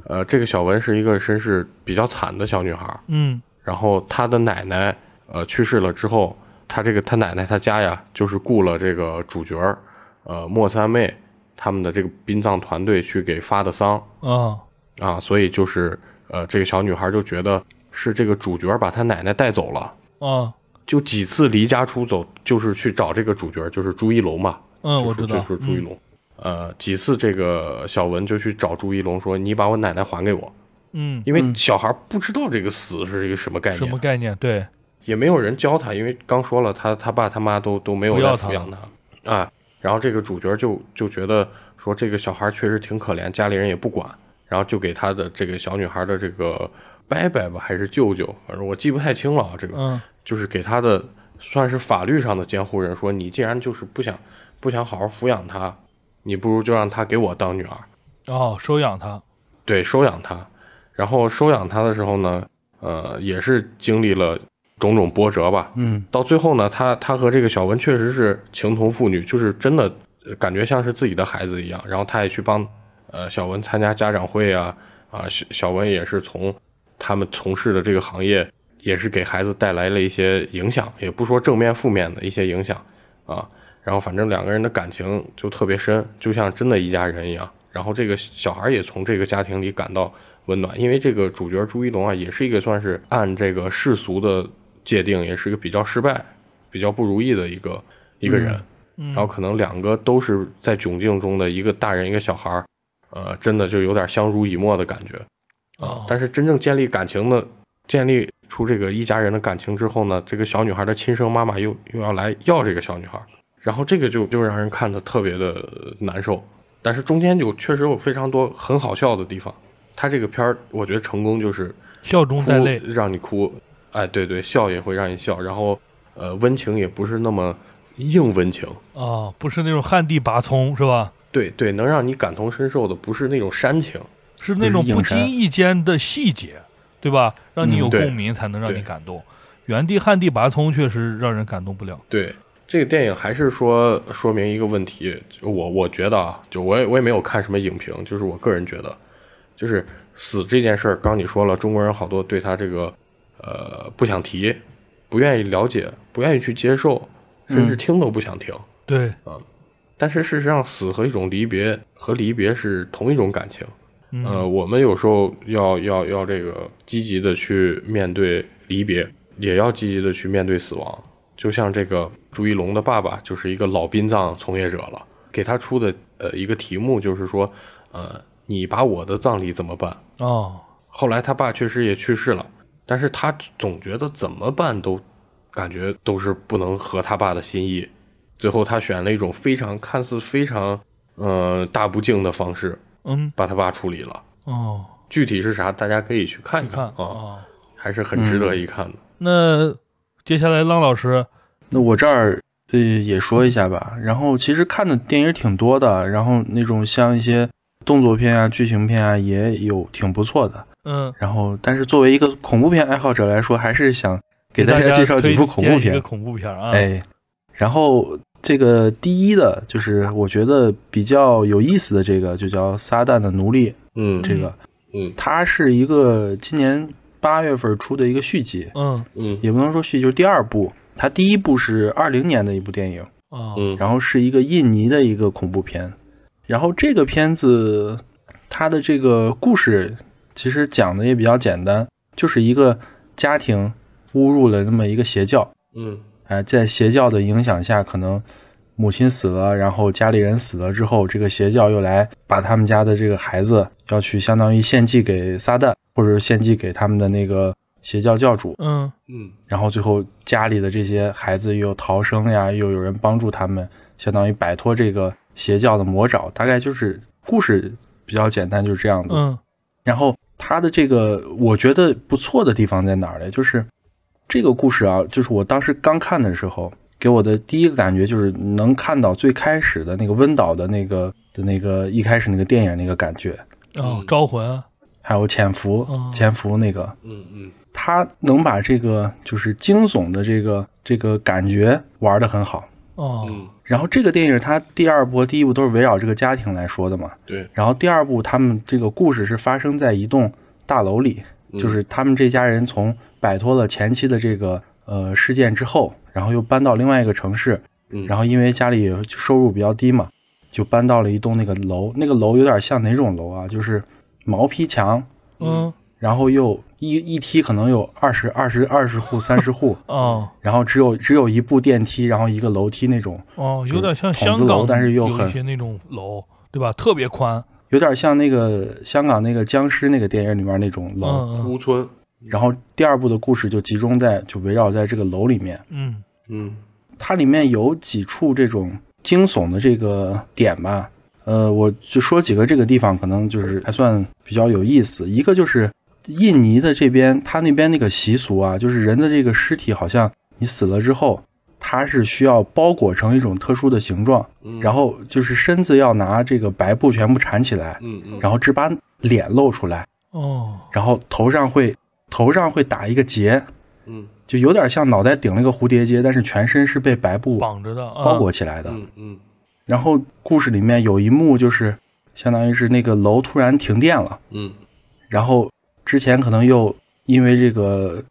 呃，这个小文是一个身世比较惨的小女孩儿，嗯，然后她的奶奶呃去世了之后，她这个她奶奶她家呀，就是雇了这个主角儿呃莫三妹他们的这个殡葬团队去给发的丧啊，啊，所以就是呃这个小女孩就觉得是这个主角把她奶奶带走了，啊，就几次离家出走，就是去找这个主角，就是朱一龙嘛，嗯，就我说知道，就说朱一龙，呃，几次这个小文就去找朱一龙说：“你把我奶奶还给我。”嗯，因为小孩不知道这个死是一个什么概念，什么概念？对，也没有人教他，因为刚说了他他爸他妈都都没有不来要抚养他啊。然后这个主角就就觉得说这个小孩确实挺可怜，家里人也不管，然后就给他的这个小女孩的这个伯伯吧还是舅舅，反正我记不太清了啊，这个嗯，就是给他的算是法律上的监护人说，你既然就是不想不想好好抚养她，你不如就让她给我当女儿，哦，收养他，对，收养她。然后收养她的时候呢，呃，也是经历了种种波折吧。嗯到最后呢，她她和这个小文确实是情同父女，就是真的呃感觉像是自己的孩子一样。然后她也去帮呃小文参加家长会啊啊，小小文也是从他们从事的这个行业也是给孩子带来了一些影响，也不说正面负面的一些影响啊。然后反正两个人的感情就特别深，就像真的一家人一样。然后这个小孩也从这个家庭里感到温暖，因为这个主角朱一龙啊，也是一个算是按这个世俗的界定，也是一个比较失败、比较不如意的一个一个人。嗯然后可能两个都是在窘境中的一个大人一个小孩儿，呃，真的就有点相濡以沫的感觉。哦但是真正建立感情的，建立出这个一家人的感情之后呢，这个小女孩的亲生妈妈又又要来要这个小女孩，然后这个就就让人看的特别的呃难受。但是中间有确实有非常多很好笑的地方，他这个片儿我觉得成功就是笑中哭带泪，让你哭，哎，对对，笑也会让你笑，然后呃温情也不是那么硬温情，啊，不是那种旱地拔葱是吧？对对，能让你感同身受的不是那种煽情，是那种就是硬不经山意间的细节，对吧？让你有嗯对共鸣，才能让你对感动。原地旱地拔葱确实让人感动不了。对，这个电影还是说说明一个问题，就我我觉得啊，就我也我也没有看什么影评，就是我个人觉得，就是死这件事儿，刚你说了，中国人好多对他这个呃不想提，不愿意了解，不愿意去接受，甚至嗯听都不想听。对，但是事实上，死和一种离别和离别是同一种感情。嗯呃，我们有时候要要要这个积极的去面对离别，也要积极的去面对死亡。就像这个朱一龙的爸爸就是一个老殡葬从业者了，给他出的呃一个题目就是说，呃，你把我的葬礼怎么办？哦，后来他爸确实也去世了，但是他总觉得怎么办都感觉都是不能合他爸的心意。最后他选了一种非常看似非常呃大不敬的方式，嗯，把他爸处理了。哦，具体是啥，大家可以去看你一看啊啊、、哦还是很值得一看的。那接下来浪老师，那我这儿呃也说一下吧。然后其实看的电影挺多的，然后那种像一些动作片啊、剧情片啊，也有挺不错的。嗯，然后，但是作为一个恐怖片爱好者来说，还是想给大大家介绍几推部恐荐怖一片个。恐怖片啊，哎，然后这个第一的就是我觉得比较有意思的这个，就叫《撒旦的奴隶》。嗯这个，嗯它是一个今年八月份出的一个续集，嗯嗯也不能说续集，就是第二部。它第一部是二零年的一部电影，啊，嗯然后是一个印尼的一个恐怖片。然后这个片子它的这个故事其实讲的也比较简单，就是一个家庭误入了那么一个邪教，嗯哎，在邪教的影响下，可能母亲死了，然后家里人死了之后，这个邪教又来把他们家的这个孩子要去相当于献祭给撒旦，或者是献祭给他们的那个邪教教主，嗯嗯然后最后家里的这些孩子又逃生呀，又有人帮助他们，相当于摆脱这个邪教的魔爪，大概就是故事比较简单，就是这样子。嗯然后他的这个我觉得不错的地方在哪儿呢？就是这个故事啊，就是我当时刚看的时候，给我的第一个感觉就是能看到最开始的那个温导的那个的那个一开始那个电影那个感觉，哦嗯，招魂，还有潜伏哦，潜伏那个，嗯嗯他能把这个就是惊悚的这个这个感觉玩得很好。哦，嗯，然后这个电影它第二部和第一部都是围绕这个家庭来说的嘛，对，然后第二部他们这个故事是发生在一栋大楼里，嗯就是他们这家人从摆脱了前期的这个呃事件之后，然后又搬到另外一个城市，嗯然后因为家里收入比较低嘛，就搬到了一栋那个楼，那个楼有点像哪种楼啊？就是毛坯墙，嗯，然后又一一梯可能有二十二十二十户三十户 哦然后只有只有一部电梯，然后一个楼梯那种，哦，有点像筒子香港，楼但是又有一很些那种楼，对吧？特别宽，有点像那个香港那个僵尸那个电影里面那种楼。嗯乌村，然后第二部的故事就集中在就围绕在这个楼里面，嗯嗯它里面有几处这种惊悚的这个点吧。呃，我就说几个这个地方可能就是还算比较有意思。一个就是印尼的这边，它那边那个习俗啊，就是人的这个尸体好像你死了之后，它是需要包裹成一种特殊的形状，嗯，然后就是身子要拿这个白布全部缠起来，嗯嗯，然后只把脸露出来，哦然后头上会头上会打一个结，嗯就有点像脑袋顶了个蝴蝶结，但是全身是被白布绑着的，啊包裹起来的。嗯嗯然后故事里面有一幕就是，相当于是那个楼突然停电了，嗯然后之前可能又因为这个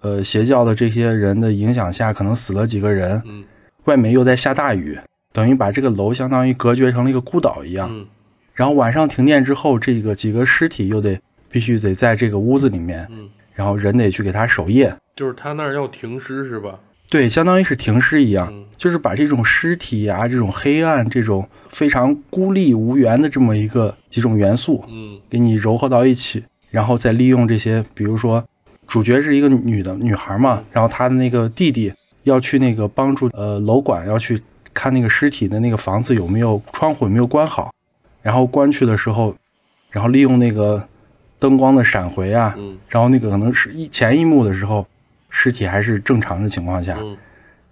呃邪教的这些人的影响下，可能死了几个人，嗯外面又在下大雨，等于把这个楼相当于隔绝成了一个孤岛一样。嗯然后晚上停电之后，这个几个尸体又得必须得在这个屋子里面，嗯，然后人得去给他守夜，就是他那儿要停尸是吧？对，相当于是停尸一样嗯，就是把这种尸体啊、这种黑暗、这种非常孤立无援的这么一个几种元素，嗯给你糅合到一起，然后再利用这些，比如说主角是一个女的女孩嗯嘛，然后她的那个弟弟要去那个帮助呃楼管要去看那个尸体的那个房子有没有窗户有没有关好，然后关去的时候，然后利用那个灯光的闪回啊，嗯然后那个可能是一前一幕的时候，尸体还是正常的情况下，嗯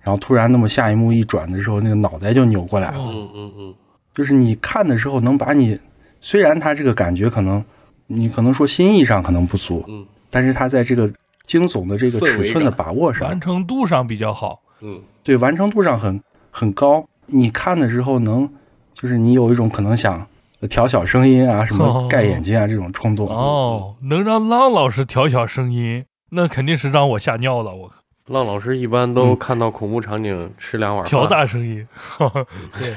然后突然那么下一幕一转的时候，那个脑袋就扭过来了。嗯嗯嗯就是你看的时候能把你，虽然它这个感觉可能，你可能说心意上可能不足，嗯但是它在这个惊悚的这个氛围感尺寸的把握上完，成度上比较好。嗯对完成度上很很高。你看的时候能，就是你有一种可能想调小声音啊，什么哦盖眼睛啊这种冲动。哦，嗯能让浪老师调小声音，那肯定是让我吓尿了。我浪老师一般都嗯看到恐怖场景吃两碗饭调大声音，对，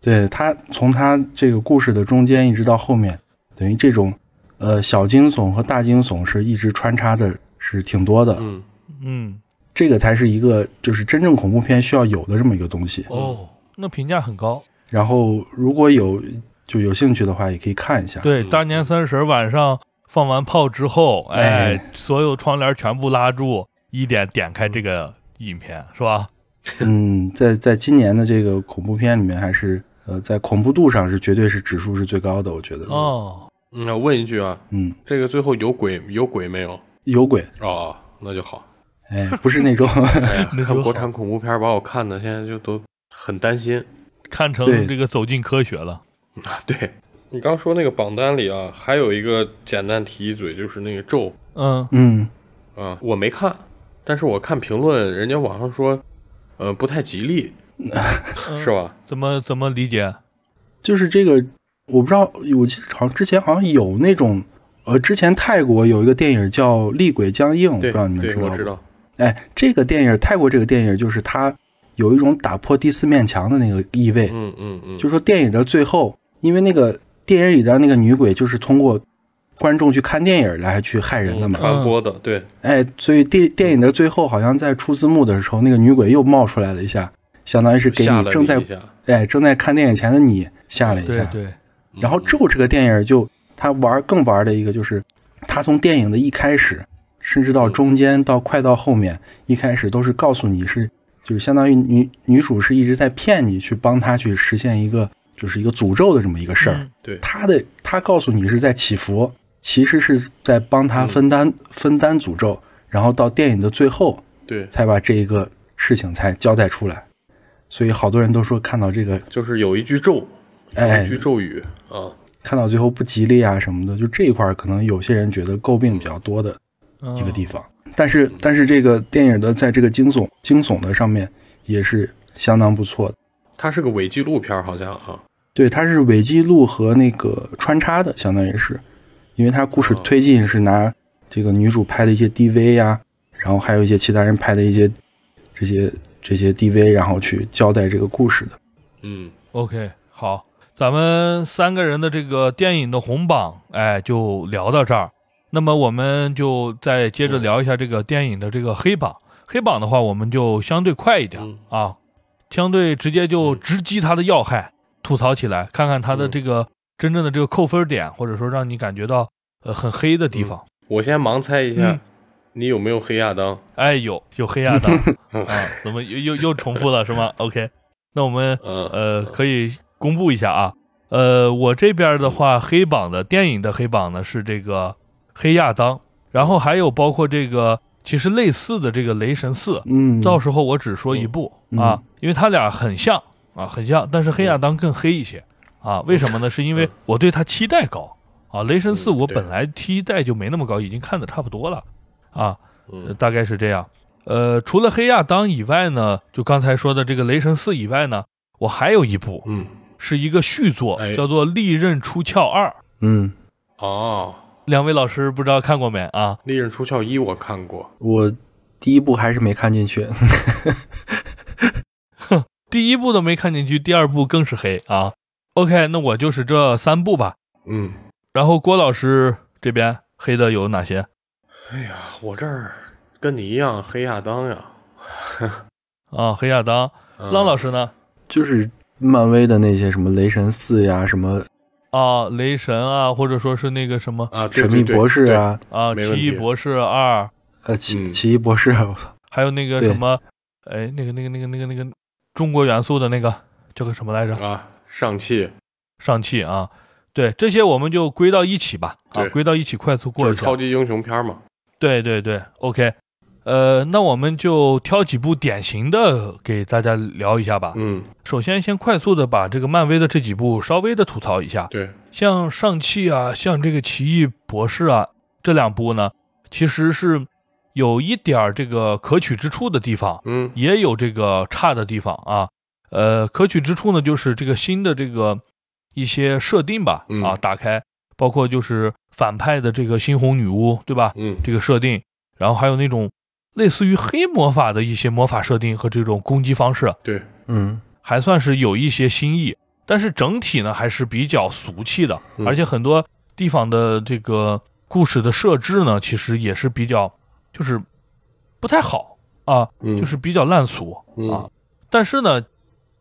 对他从他这个故事的中间一直到后面，等于这种，呃，小惊悚和大惊悚是一直穿插的，是挺多的。嗯嗯，这个才是一个就是真正恐怖片需要有的这么一个东西。哦，那评价很高。然后如果有就有兴趣的话，也可以看一下。对，嗯大年三十晚上放完炮之后，哎，所有窗帘全部拉住，一点点开这个影片，是吧？嗯，在在今年的这个恐怖片里面，还是呃在恐怖度上是绝对是指数是最高的，我觉得。哦，嗯，我问一句啊，嗯，这个最后有鬼有鬼没有？有鬼，哦，那就好。哎，不是那种 哎 呀，那就看国好产恐怖片儿把我看的现在就都很担心。看成对这个走进科学了。啊，对你刚说那个榜单里啊，还有一个简单提一嘴，就是那个咒嗯，嗯啊，我没看，但是我看评论，人家网上说，呃，不太吉 利，嗯是吧？怎么怎么理解？就是这个，我不知道，我记得好像之前好像有那种，呃，之前泰国有一个电影叫《厉鬼僵硬》，我不对知道你们对，道嗯我不知？道，哎，这个电影，泰国这个电影就是它有一种打破第四面墙的那个意味，嗯嗯嗯，就是说电影的最后，因为那个电影里的那个女鬼就是通过观众去看电影来去害人的嗯嘛，传播的，对，哎，所以电电影的最后好像在出字幕的时候，那个女鬼又冒出来了一下，相当于是给吓你了正在你一下，哎正在看电影前的你吓了一下。对对，然后嗯咒这个电影就他玩更玩的一个就是，他从电影的一开始，甚至到中间到快到后面，一开始都是告诉你是就是相当于女女主是一直在骗你去帮她去实现一个就是一个诅咒的这么一个事儿。嗯对，他的他告诉你是在祈福，其实是在帮他分担、分担诅咒，然后到电影的最后对，才把这一个事情才交代出来。所以好多人都说看到这个，就是有一句咒，有一哎句，咒语啊，看到最后不吉利啊什么的，就这一块儿可能有些人觉得诟病比较多的嗯一个地方。但是但是这个电影的在这个惊悚惊悚的上面也是相当不错的。它是个伪纪录片儿，好像啊，对，它是伪记录和那个穿插的，相当于是，因为它故事推进是拿这个女主拍的一些 DV 呀、然后还有一些其他人拍的一些这些这些 DV，然后去交代这个故事的。嗯， OK，好，咱们三个人的这个电影的红榜，哎，就聊到这儿。那么我们就再接嗯着聊一下这个电影的这个黑榜。黑榜的话，我们就相对快一点、嗯啊，相对直接就嗯直击它的要害，吐槽起来，看看它的嗯这个真正的这个扣分点，或者说让你感觉到呃很黑的嗯地方。我先盲猜一嗯下，你有没有黑亚当？哎，有有黑 亚当嗯啊，怎么又又又重复了是吗？OK，那我们嗯呃，可以公布一下啊。呃，我这边的话，黑榜的电影的黑榜呢是这个《黑亚当》，然后还有包括这个其实类似的这个《雷神四》，嗯，到时候我只说一部、啊嗯，因为它俩很像啊，很像，但是《黑亚当》更黑一些啊。为什么呢？是因嗯为我对它期待高啊，《雷神四》嗯我对本来期待就没那么高，已经看的差不多了啊。呃嗯大概是这样。呃，除了黑亚当以外呢，就刚才说的这个雷神四以外呢，我还有一部嗯，是一个续作，哎叫做《利刃出鞘二》。嗯，哦，两位老师不知道看过没啊？ 《利刃出鞘一》我看过，我第一部还是没看进去。第一部都没看进去，第二部更是黑啊。OK，那我就是这三部吧。嗯，然后郭老师这边黑的有哪些哎呀，我这儿跟你一样黑亚当呀，啊？黑亚当，嗯浪老师呢？就是漫威的那些什么雷神四呀，什么啊，雷神啊，或者说是那个什么啊，对神秘博士，啊，啊，没奇问异题博士二，呃奇嗯奇异博士，我操，还有那个对什么，哎，那个那个那个那个那个中国元素的那个叫个什么来着对对？对啊，上汽上汽啊，对，这些我们就归到一起吧，啊，对归到一起快速过就一是下超。级英雄片嘛，对对对，OK，呃，那我们就挑几部典型的给大家聊一下吧。嗯，首先，先快速的把这个漫威的这几部稍微的吐槽一下，对，像上汽啊，像这个奇异博士啊，这两部呢，其实是有一点儿这个可取之处的地方，嗯也有这个差的地方啊。呃，可取之处呢，就是这个新的这个一些设定吧，嗯啊，打开，包括就是反派的这个猩红女巫，对吧？嗯，这个设定，然后还有那种类似于黑魔法的一些魔法设定和这种攻击方式，对，嗯，还算是有一些新意，但是整体呢还是比较俗气的，嗯而且很多地方的这个故事的设置呢，其实也是比较就是不太好啊，嗯就是比较烂俗嗯啊。但是呢，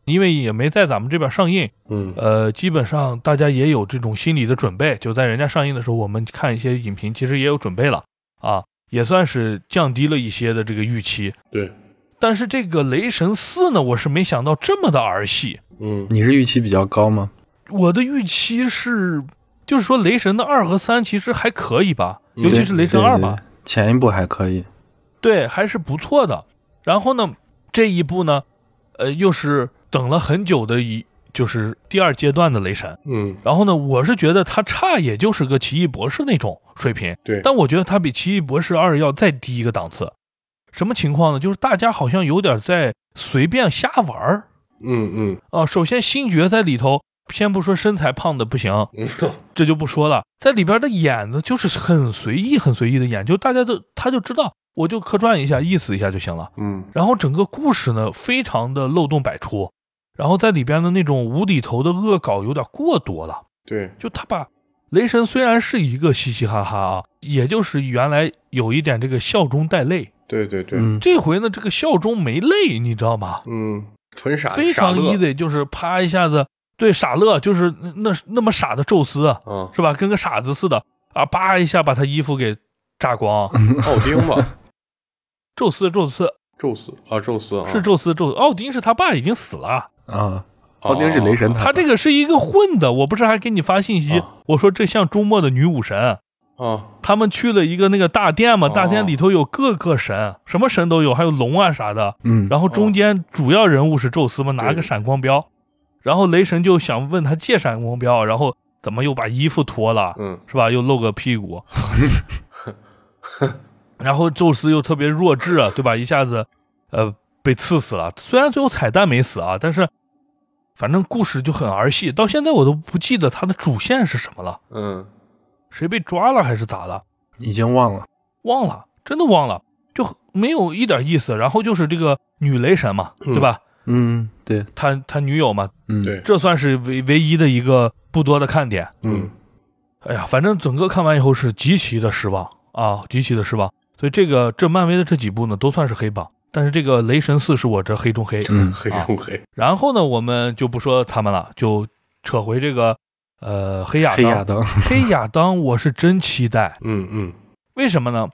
因为也没在咱们这边上映，嗯呃，基本上大家也有这种心理的准备，就在人家上映的时候，我们看一些影评，其实也有准备了啊，也算是降低了一些的这个预期。对，但是这个《雷神四》呢，我是没想到这么的儿戏。嗯你是预期比较高吗？我的预期是，就是说《雷神》的二和三其实还可以吧，嗯尤其是《雷神对二》，对吧，对前一部还可以，对，还是不错的。然后呢，这一部呢，呃，又是等了很久的一，就是第二阶段的雷神。嗯，然后呢，我是觉得它差，也就是个奇异博士那种水平。对但我觉得它比奇异博士二要再低一个档次。什么情况呢？就是大家好像有点在随便瞎玩儿嗯啊、首先，星爵在里头，先不说身材胖的不行，嗯这就不说了，在里边的演的就是很随意、很随意的演，就大家都他就知道，我就客串一下、意思一下就行了。嗯然后整个故事呢，非常的漏洞百出，然后在里边的那种无厘头的恶搞有点过多了。对，就他把雷神虽然是一个嘻嘻哈哈啊，也就是原来有一点这个笑中带泪，对对对，嗯，这回呢这个笑中没泪，你知道吗？嗯，纯傻非傻常乐一得就是啪一下子，对傻乐就是那那那么傻的宙斯啊啊，是吧？跟个傻子似的啊，叭一下把他衣服给炸光。奥丁吧，宙斯，宙斯 宙斯啊，宙斯啊，是宙斯，宙斯奥丁是他爸已经死了，啊，啊奥丁是雷 神，他这个是一个混的。我不是还给你发信息啊，我说这像周末的女武神，啊，他们去了一个那个大殿嘛，哦大殿里头有各个神，什么神都有，还有龙啊啥的。嗯，然后中间主要人物是宙斯嘛，拿个对闪光标，然后雷神就想问他借闪光标，然后怎么又把衣服脱了，嗯是吧？又露个屁股， 然后宙斯又特别弱智啊，对吧？一下子，呃，被刺死了。虽然最后彩蛋没死啊，但是反正故事就很儿戏，到现在我都不记得它的主线是什么了，嗯谁被抓了还是咋了？已经忘了，忘了，真的忘了，就没有一点意思。然后就是这个女雷神嘛，嗯对吧？嗯，对，他他女友嘛，嗯，对，这算是唯唯一的一个不多的看点。嗯哎呀，反正整个看完以后是极其的失望啊，极其的失望。所以这个这漫威的这几部呢都算是黑榜，但是这个雷神四是我这黑中黑。嗯，黑中黑，然后呢，我们就不说他们了，就扯回这个呃黑亚黑当。亚当，黑亚当我是真期待，嗯嗯为什么呢？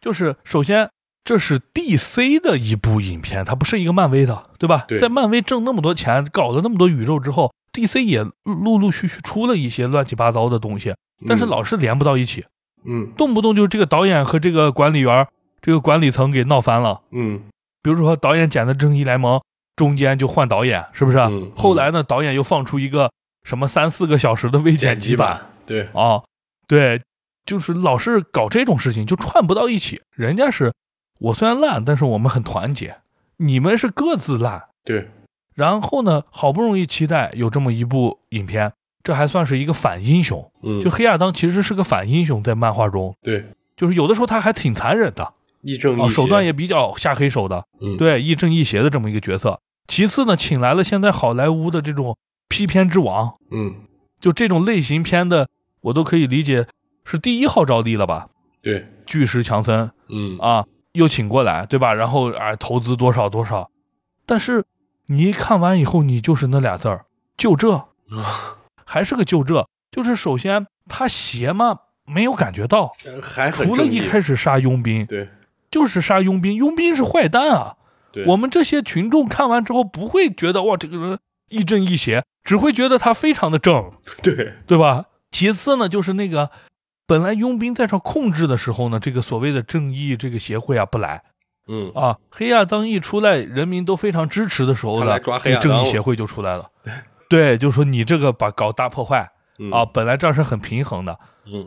就是首先这是 DC 的一部影片，它不是一个漫威的，对吧？对在漫威挣那么多钱，搞了那么多宇宙之后，DC 也陆陆续续出了一些乱七八糟的东西，但嗯是老是连不到一起，嗯动不动就是这个导演和这个管理员儿、这个管理层给闹翻了。嗯比如说导演剪的《正义联盟》，中间就换导演，是不是？嗯嗯后来呢，导演又放出一个什么三四个小时的微剪辑版，对，啊，对，就是老是搞这种事情，就串不到一起。人家是我虽然烂，但是我们很团结，你们是各自烂。对，然后呢，好不容易期待有这么一部影片，这还算是一个反英雄。嗯就黑亚当其实是个反英雄，在漫画中，对，就是有的时候他还挺残忍的，亦正亦啊，邪，手段也比较下黑手的，嗯对，亦正亦邪的这么一个角色。其次呢，请来了现在好莱坞的这种批片之王，嗯，就这种类型片的，我都可以理解是第一号召力了吧？对，巨石强森嗯啊，又请过来，对吧？然后啊，投资多少多少，但是你一看完以后，你就是那俩字儿，就这，啊还是个就这，就是首先他邪嘛，没有感觉到，还很除了正一义开始杀佣兵，对就是杀佣兵，佣兵是坏蛋啊。对，我们这些群众看完之后不会觉得哇，这个人亦正亦邪，只会觉得他非常的正，对对吧？其次呢，就是那个本来佣兵在这控制的时候呢，这个所谓的正义这个协会啊不来嗯啊，黑亚当一出来，人民都非常支持的时候他呢来，抓黑这亚个当了正义协会就出来了，对，就说你这个把搞大破坏嗯啊，本来这儿是很平衡的，嗯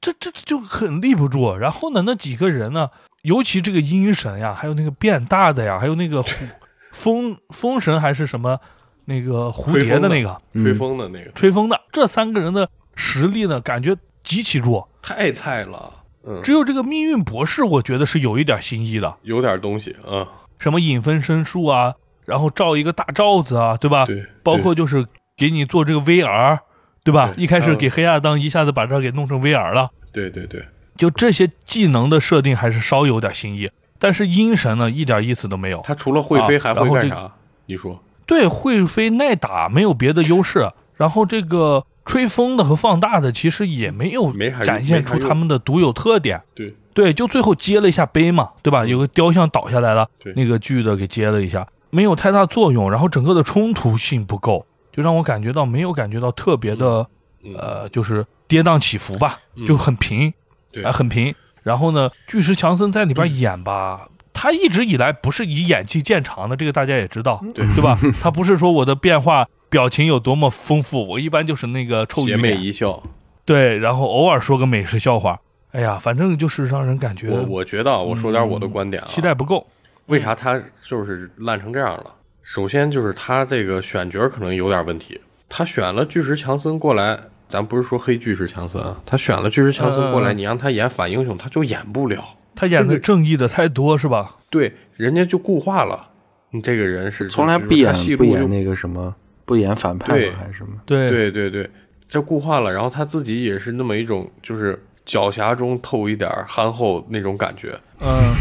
这这这就很立不住。然后呢，那几个人呢，尤其这个阴神呀，还有那个变大的呀，还有那个虎 风风神还是什么那个蝴吹蝶风的的那个吹风的那个吹风的，这三个人的实力呢，感觉极其弱。太菜了，嗯，只有这个命运博士，我觉得是有一点新意的，有点东西啊，什么引分身术啊，然后罩一个大罩子啊，对吧？对，包括就是给你做这个 VR，对吧？对一开还始有给黑亚当一下子把这儿给弄成 VR 了。对对对对，就这些技能的设定还是稍有点新意，但是阴神呢一点意思都没有。他除了会飞啊还然会后干这啥？你说，对，会飞耐打，没有别的优势。然后这个吹风的和放大的其实也没有没啥用展现没啥出用他们的独有特点。对对，就最后接了一下杯嘛，对吧？有个雕像倒下来了嗯对，那个锯的给接了一下，没有太大作用。然后整个的冲突性不够，就让我感觉到没有感觉到特别的、嗯呃，就是跌宕起伏吧，就很平，对啊，很平。然后呢，巨石强森在里边演吧，他一直以来不是以演技见长的，这个大家也知道，对对吧？他不是说我的变化表情有多么丰富，我一般就是那个臭鱼邪魅脸，一笑，对，然后偶尔说个美食笑话。哎呀，反正就是让人感觉我我觉得啊，我说点我的观点啊，嗯期待不够。为啥他就是烂成这样了？首先就是他这个选角可能有点问题，他选了巨石强森过来，咱不是说黑巨石强森啊，他选了巨石强森过来，呃你让他演反英雄，他就演不了。他演这的个正义的太多是吧？对，人家就固化了，你这个人是从来就是不演他戏不路演就那个什么，不演反派对吗？还是什么？对对对对，这固化了，然后他自己也是那么一种就是狡黠中透一点儿憨厚那种感觉。嗯，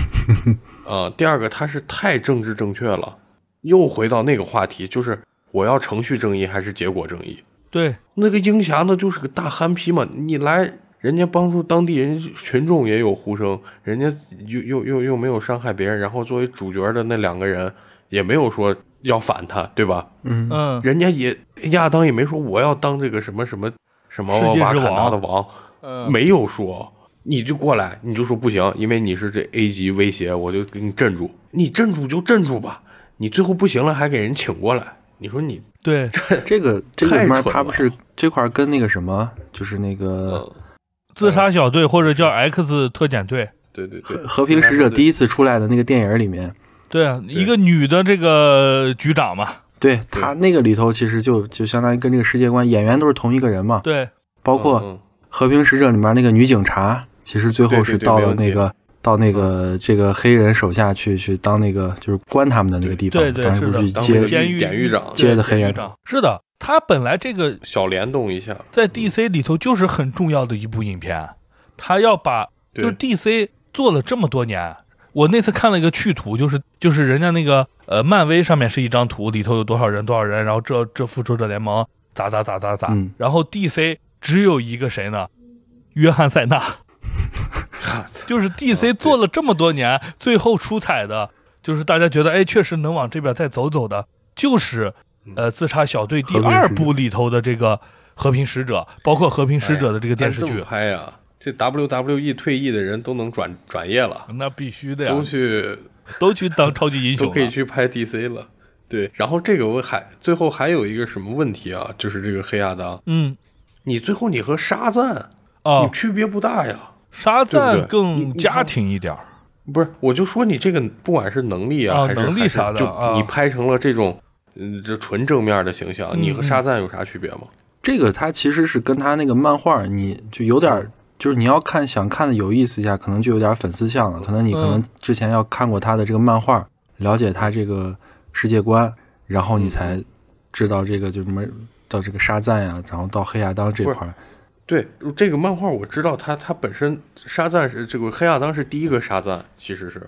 呃，第二个他是太政治正确了，又回到那个话题，就是我要程序正义还是结果正义？对，那个鹰侠呢，就是个大憨批嘛，你来。人家帮助当地人群众也有呼声，人家又又又又没有伤害别人，然后作为主角的那两个人也没有说要反他，对吧？嗯，嗯，人家也亚当也没说我要当这个什么什么什么世界瓦之坎达王的王，嗯没有说，你就过来，你就说不行，因为你是这 A 级威胁，我就给你镇住。你镇住就镇住吧，你最后不行了还给人请过来，你说你对，这个这个太里面蠢他了不是这块儿跟那个什么，就是那个嗯，自杀小队或者叫 X 特遣队，对对对和，和平使者第一一次出来的那个电影里面，对啊，一个女的这个局长嘛，对他那个里头其实就就相当于跟这个世界观，演员都是同一个人嘛，对，包括和平使者里面那个女警察，其实最后是嗯对对对到没了问那题个到那个这个黑人手下去去当那个就是关他们的那个地方，对对当时是的不是当接那个监狱典狱长对接的黑监狱人长，是的，他本来这个小联动一下，在 DC 里头就是很重要的一部影片，他要把对就是 DC 做了这么多年。我那次看了一个趣图，就是就是人家那个呃，漫威上面是一张图，里头有多少人多少人，然后这这复仇者联盟咋咋咋咋咋，嗯然后 DC 只有一个谁呢？约翰塞纳，就是 DC 做了这么多年，最后出彩的，就是大家觉得哎，确实能往这边再走走的，就是呃，自杀小队第和平使二者部里头的这个和平使者，包括和平使者的这个但电视这剧啊么，拍哎呀，这 WWE 退役的人都能转转业了，那必须的呀，都去都去当超级英雄都了可以去拍 DC 了。对，然后这个我还最后还有一个什么问题啊？就是这个黑亚当，嗯你最后你和沙赞啊你，区别不大呀。沙对赞不对你更你家看庭一点儿，不是，我就说你这个不管是能力啊，啊还是能力还是啥的啊就你拍成了这种，嗯，这纯正面的形象，嗯你和沙赞有啥区别吗？这个它其实是跟他那个漫画，你就有点就是你要看想看的有意思一下，可能就有点粉丝向了。可能你可嗯能之前要看过他的这个漫画，了解他这个世界观，然后嗯你才知道这个就什么到这个沙赞呀、然后到黑亚当这不是块儿。对这个漫画，我知道它它本身沙赞是这个黑亚当是第一个沙赞，其实是是吧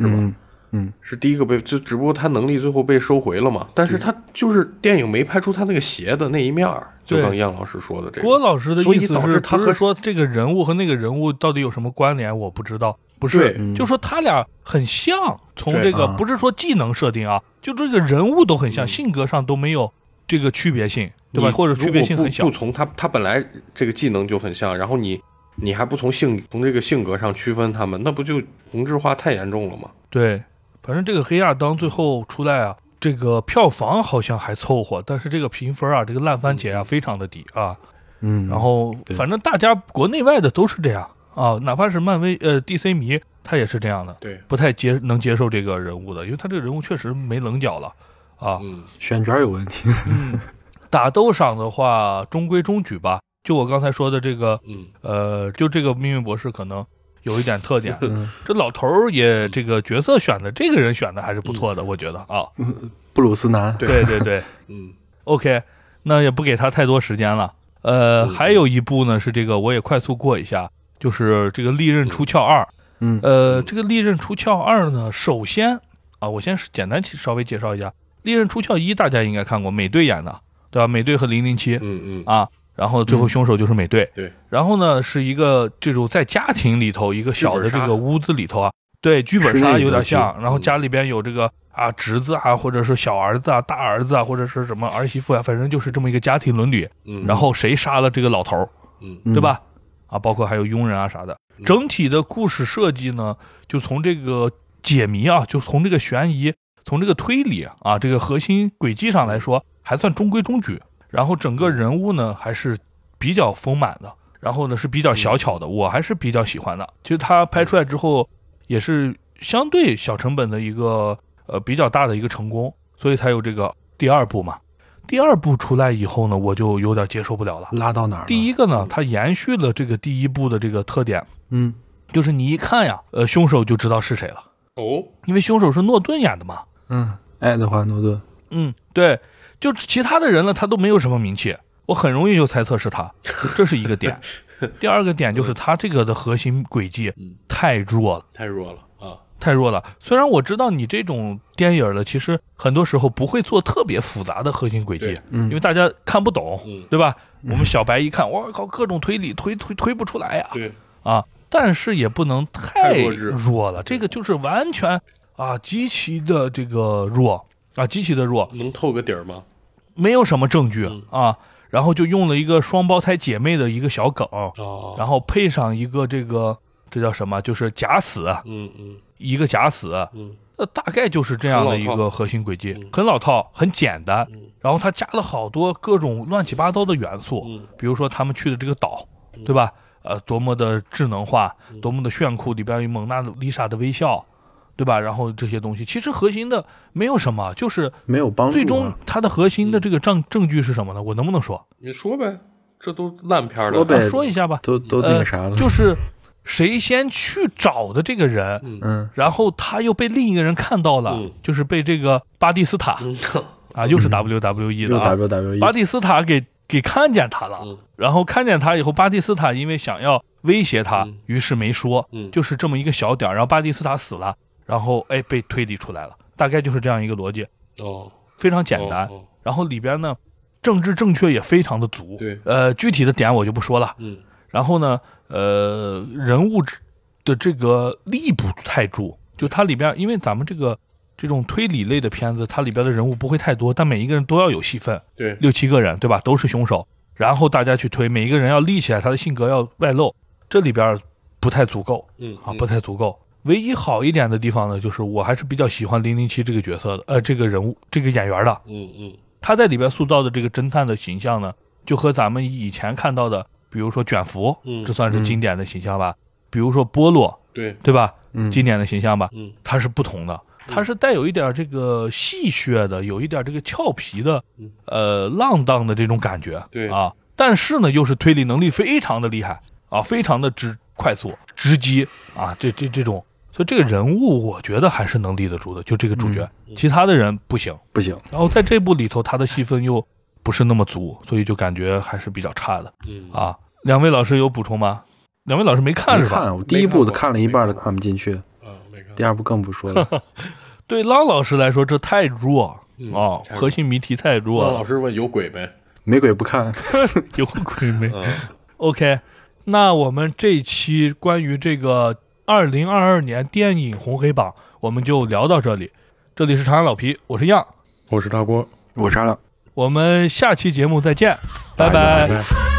嗯嗯，是第一个被，就只不过他能力最后被收回了嘛。但是他就是电影没拍出他那个邪的那一面儿，就对刚燕老师说的这郭个。老师的所意以思导是，致他不是和说这个人物和那个人物到底有什么关联，我不知道，不对是，嗯就说他俩很像，从对这个啊不是说技能设定啊，就这个人物都很像，性格上都没有这个区别性，对吧？嗯你或者如区果别性不很小不，从他他本来这个技能就很像，然后你你还不从性从这个性格上区分他们，那不就同质化太严重了吗？对，反正这个黑亚当最后出来啊，这个票房好像还凑合，但是这个评分啊，这个烂番茄啊，非常的低啊。嗯，然后对反正大家国内外的都是这样啊，哪怕是漫威呃 DC 迷，他也是这样的，对，不太接能接受这个人物的，因为他这个人物确实没棱角了啊。嗯，选角有问题。嗯， 打斗上的话中规中矩吧，就我刚才说的这个嗯，呃，就这个命运博士可能有一点特点，嗯，这老头儿也这个角色选的，这个人选的还是不错的，我觉得啊，布鲁斯南，对对对嗯， ，OK，那也不给他太多时间了。呃，嗯还有一部呢是这个，我也快速过一下，就是这个《利刃出鞘二》。嗯呃，嗯这个《利刃出鞘二》呢，首先啊，我先简单稍微介绍一下，《利刃出鞘一》大家应该看过，美队演的，对吧？美队和零零七嗯嗯，啊，然后最后凶手就是美队。对，然后呢，是一个这种在家庭里头一个小的剧本杀这个屋子里头啊，对，剧本室内杀的有点像，剧嗯然后家里边有这个啊侄子啊，或者是小儿子啊、大儿子啊，或者是什么儿媳妇啊，反正就是这么一个家庭伦理。嗯，然后谁杀了这个老头儿，嗯，嗯对？吧？啊，包括还有佣人啊啥的。嗯整体的故事设计呢，就从这个解谜啊，就从这个悬疑，从这个推理啊，这个核心轨迹上来说，还算中规中矩。然后整个人物呢，还是比较丰满的。然后呢，是比较小巧的，我还是比较喜欢的。其实它拍出来之后，也是相对小成本的一个呃比较大的一个成功，所以才有这个第二部嘛。第二部出来以后呢，我就有点接受不了了。拉到哪儿？第一，一个呢，它延续了这个第一部的这个特点，嗯就是你一看呀，呃，凶手就知道是谁了，哦，因为凶手是诺顿演的嘛。嗯，爱德华诺顿，嗯，对，就其他的人呢，他都没有什么名气，我很容易就猜测是他，这是一个 点。第二个点就是他这个的核心轨迹嗯太弱了。太弱了啊，太弱了。虽然我知道你这种电影儿的，其实很多时候不会做特别复杂的核心轨迹对，嗯因为大家看不懂，嗯对吧？我们小白一看，我靠，各种推理推推推不出来呀、对，啊，但是也不能太太弱智弱了，这个就是完全啊极其的这个弱啊极其的弱，能透个底儿吗？没有什么证据嗯啊，然后就用了一个双胞胎姐妹的一个小梗，哦，然后配上一个这个这叫什么，就是假死，啊嗯嗯一个假死，嗯那大概就是这样的一很老个核心轨迹嗯，很老套，很简单嗯。然后它加了好多各种乱七八糟的元素，嗯比如说他们去的这个岛，对吧？呃，多么的智能化，嗯多么的炫酷，里边有蒙娜丽莎的微笑，对吧？然后这些东西其实核心的没有什么，就是没有帮助啊。最终它的核嗯心的这个证证据是什么呢？我能不能说？你说呗，这都烂片儿了。说呗啊说一下吧，都都那个啥了，呃就是谁先去找的这个人，嗯嗯然后他又被另一个人看到了嗯，就是被这个巴蒂斯塔。嗯，啊，又是嗯 WWE 又的啊，巴 WWE，蒂斯塔给给看见他了，嗯然后看见他以后，巴蒂斯塔因为想要威胁他，嗯于是没说，嗯就是这么一个小点儿然后巴蒂斯塔死了，然后哎被推理出来了，大概就是这样一个逻辑， 哦，非常简单。哦，哦然后里边呢，政治正确也非常的足，对呃，具体的点我就不说了。嗯然后呢，呃，人物之的这个力不太住，就它里边，因为咱们这个这种推理类的片子，它里边的人物不会太多，但每一个人都要有戏份，对，六七个人，对吧？都是凶手，然后大家去推，每一个人要立起来，他的性格要外露，这里边不太足够嗯啊，不太足够。唯一好一点的地方呢，就是我还是比较喜欢零零七这个角色的，呃，这个人物，这个演员的，嗯嗯他在里边塑造的这个侦探的形象呢，就和咱们以前看到的，比如说卷福，嗯这算是经典的形象吧，比如说波洛，对，对吧？嗯经典的形象吧，嗯它是不同的，它是带有一点这个戏谑的，有一点这个俏皮的嗯，呃，浪荡的这种感觉，对啊，但是呢，又是推理能力非常的厉害啊，非常的直快速直击啊，这这这种，所以这个人物我觉得还是能立得住的，就这个主角，嗯其他的人不行。不行，然后在这部里头，他的戏份又不是那么足，所以就感觉还是比较差的嗯啊。两位老师有补充吗？两位老师没看没是吧？看我第一没看过部的看了一没半看的过看不进去，啊，没看第二部更不说了。 对浪老师来说，这太弱嗯啊，太弱核心谜题太弱那了老，师问有鬼呗？没鬼不看， 有鬼没？嗯， OK，那我们这一期关于这个二零二二年电影红黑榜，我们就聊到这里。这里是长安老皮，我是样，我是大郭，我杀了。我们下期节目再见，拜拜拜拜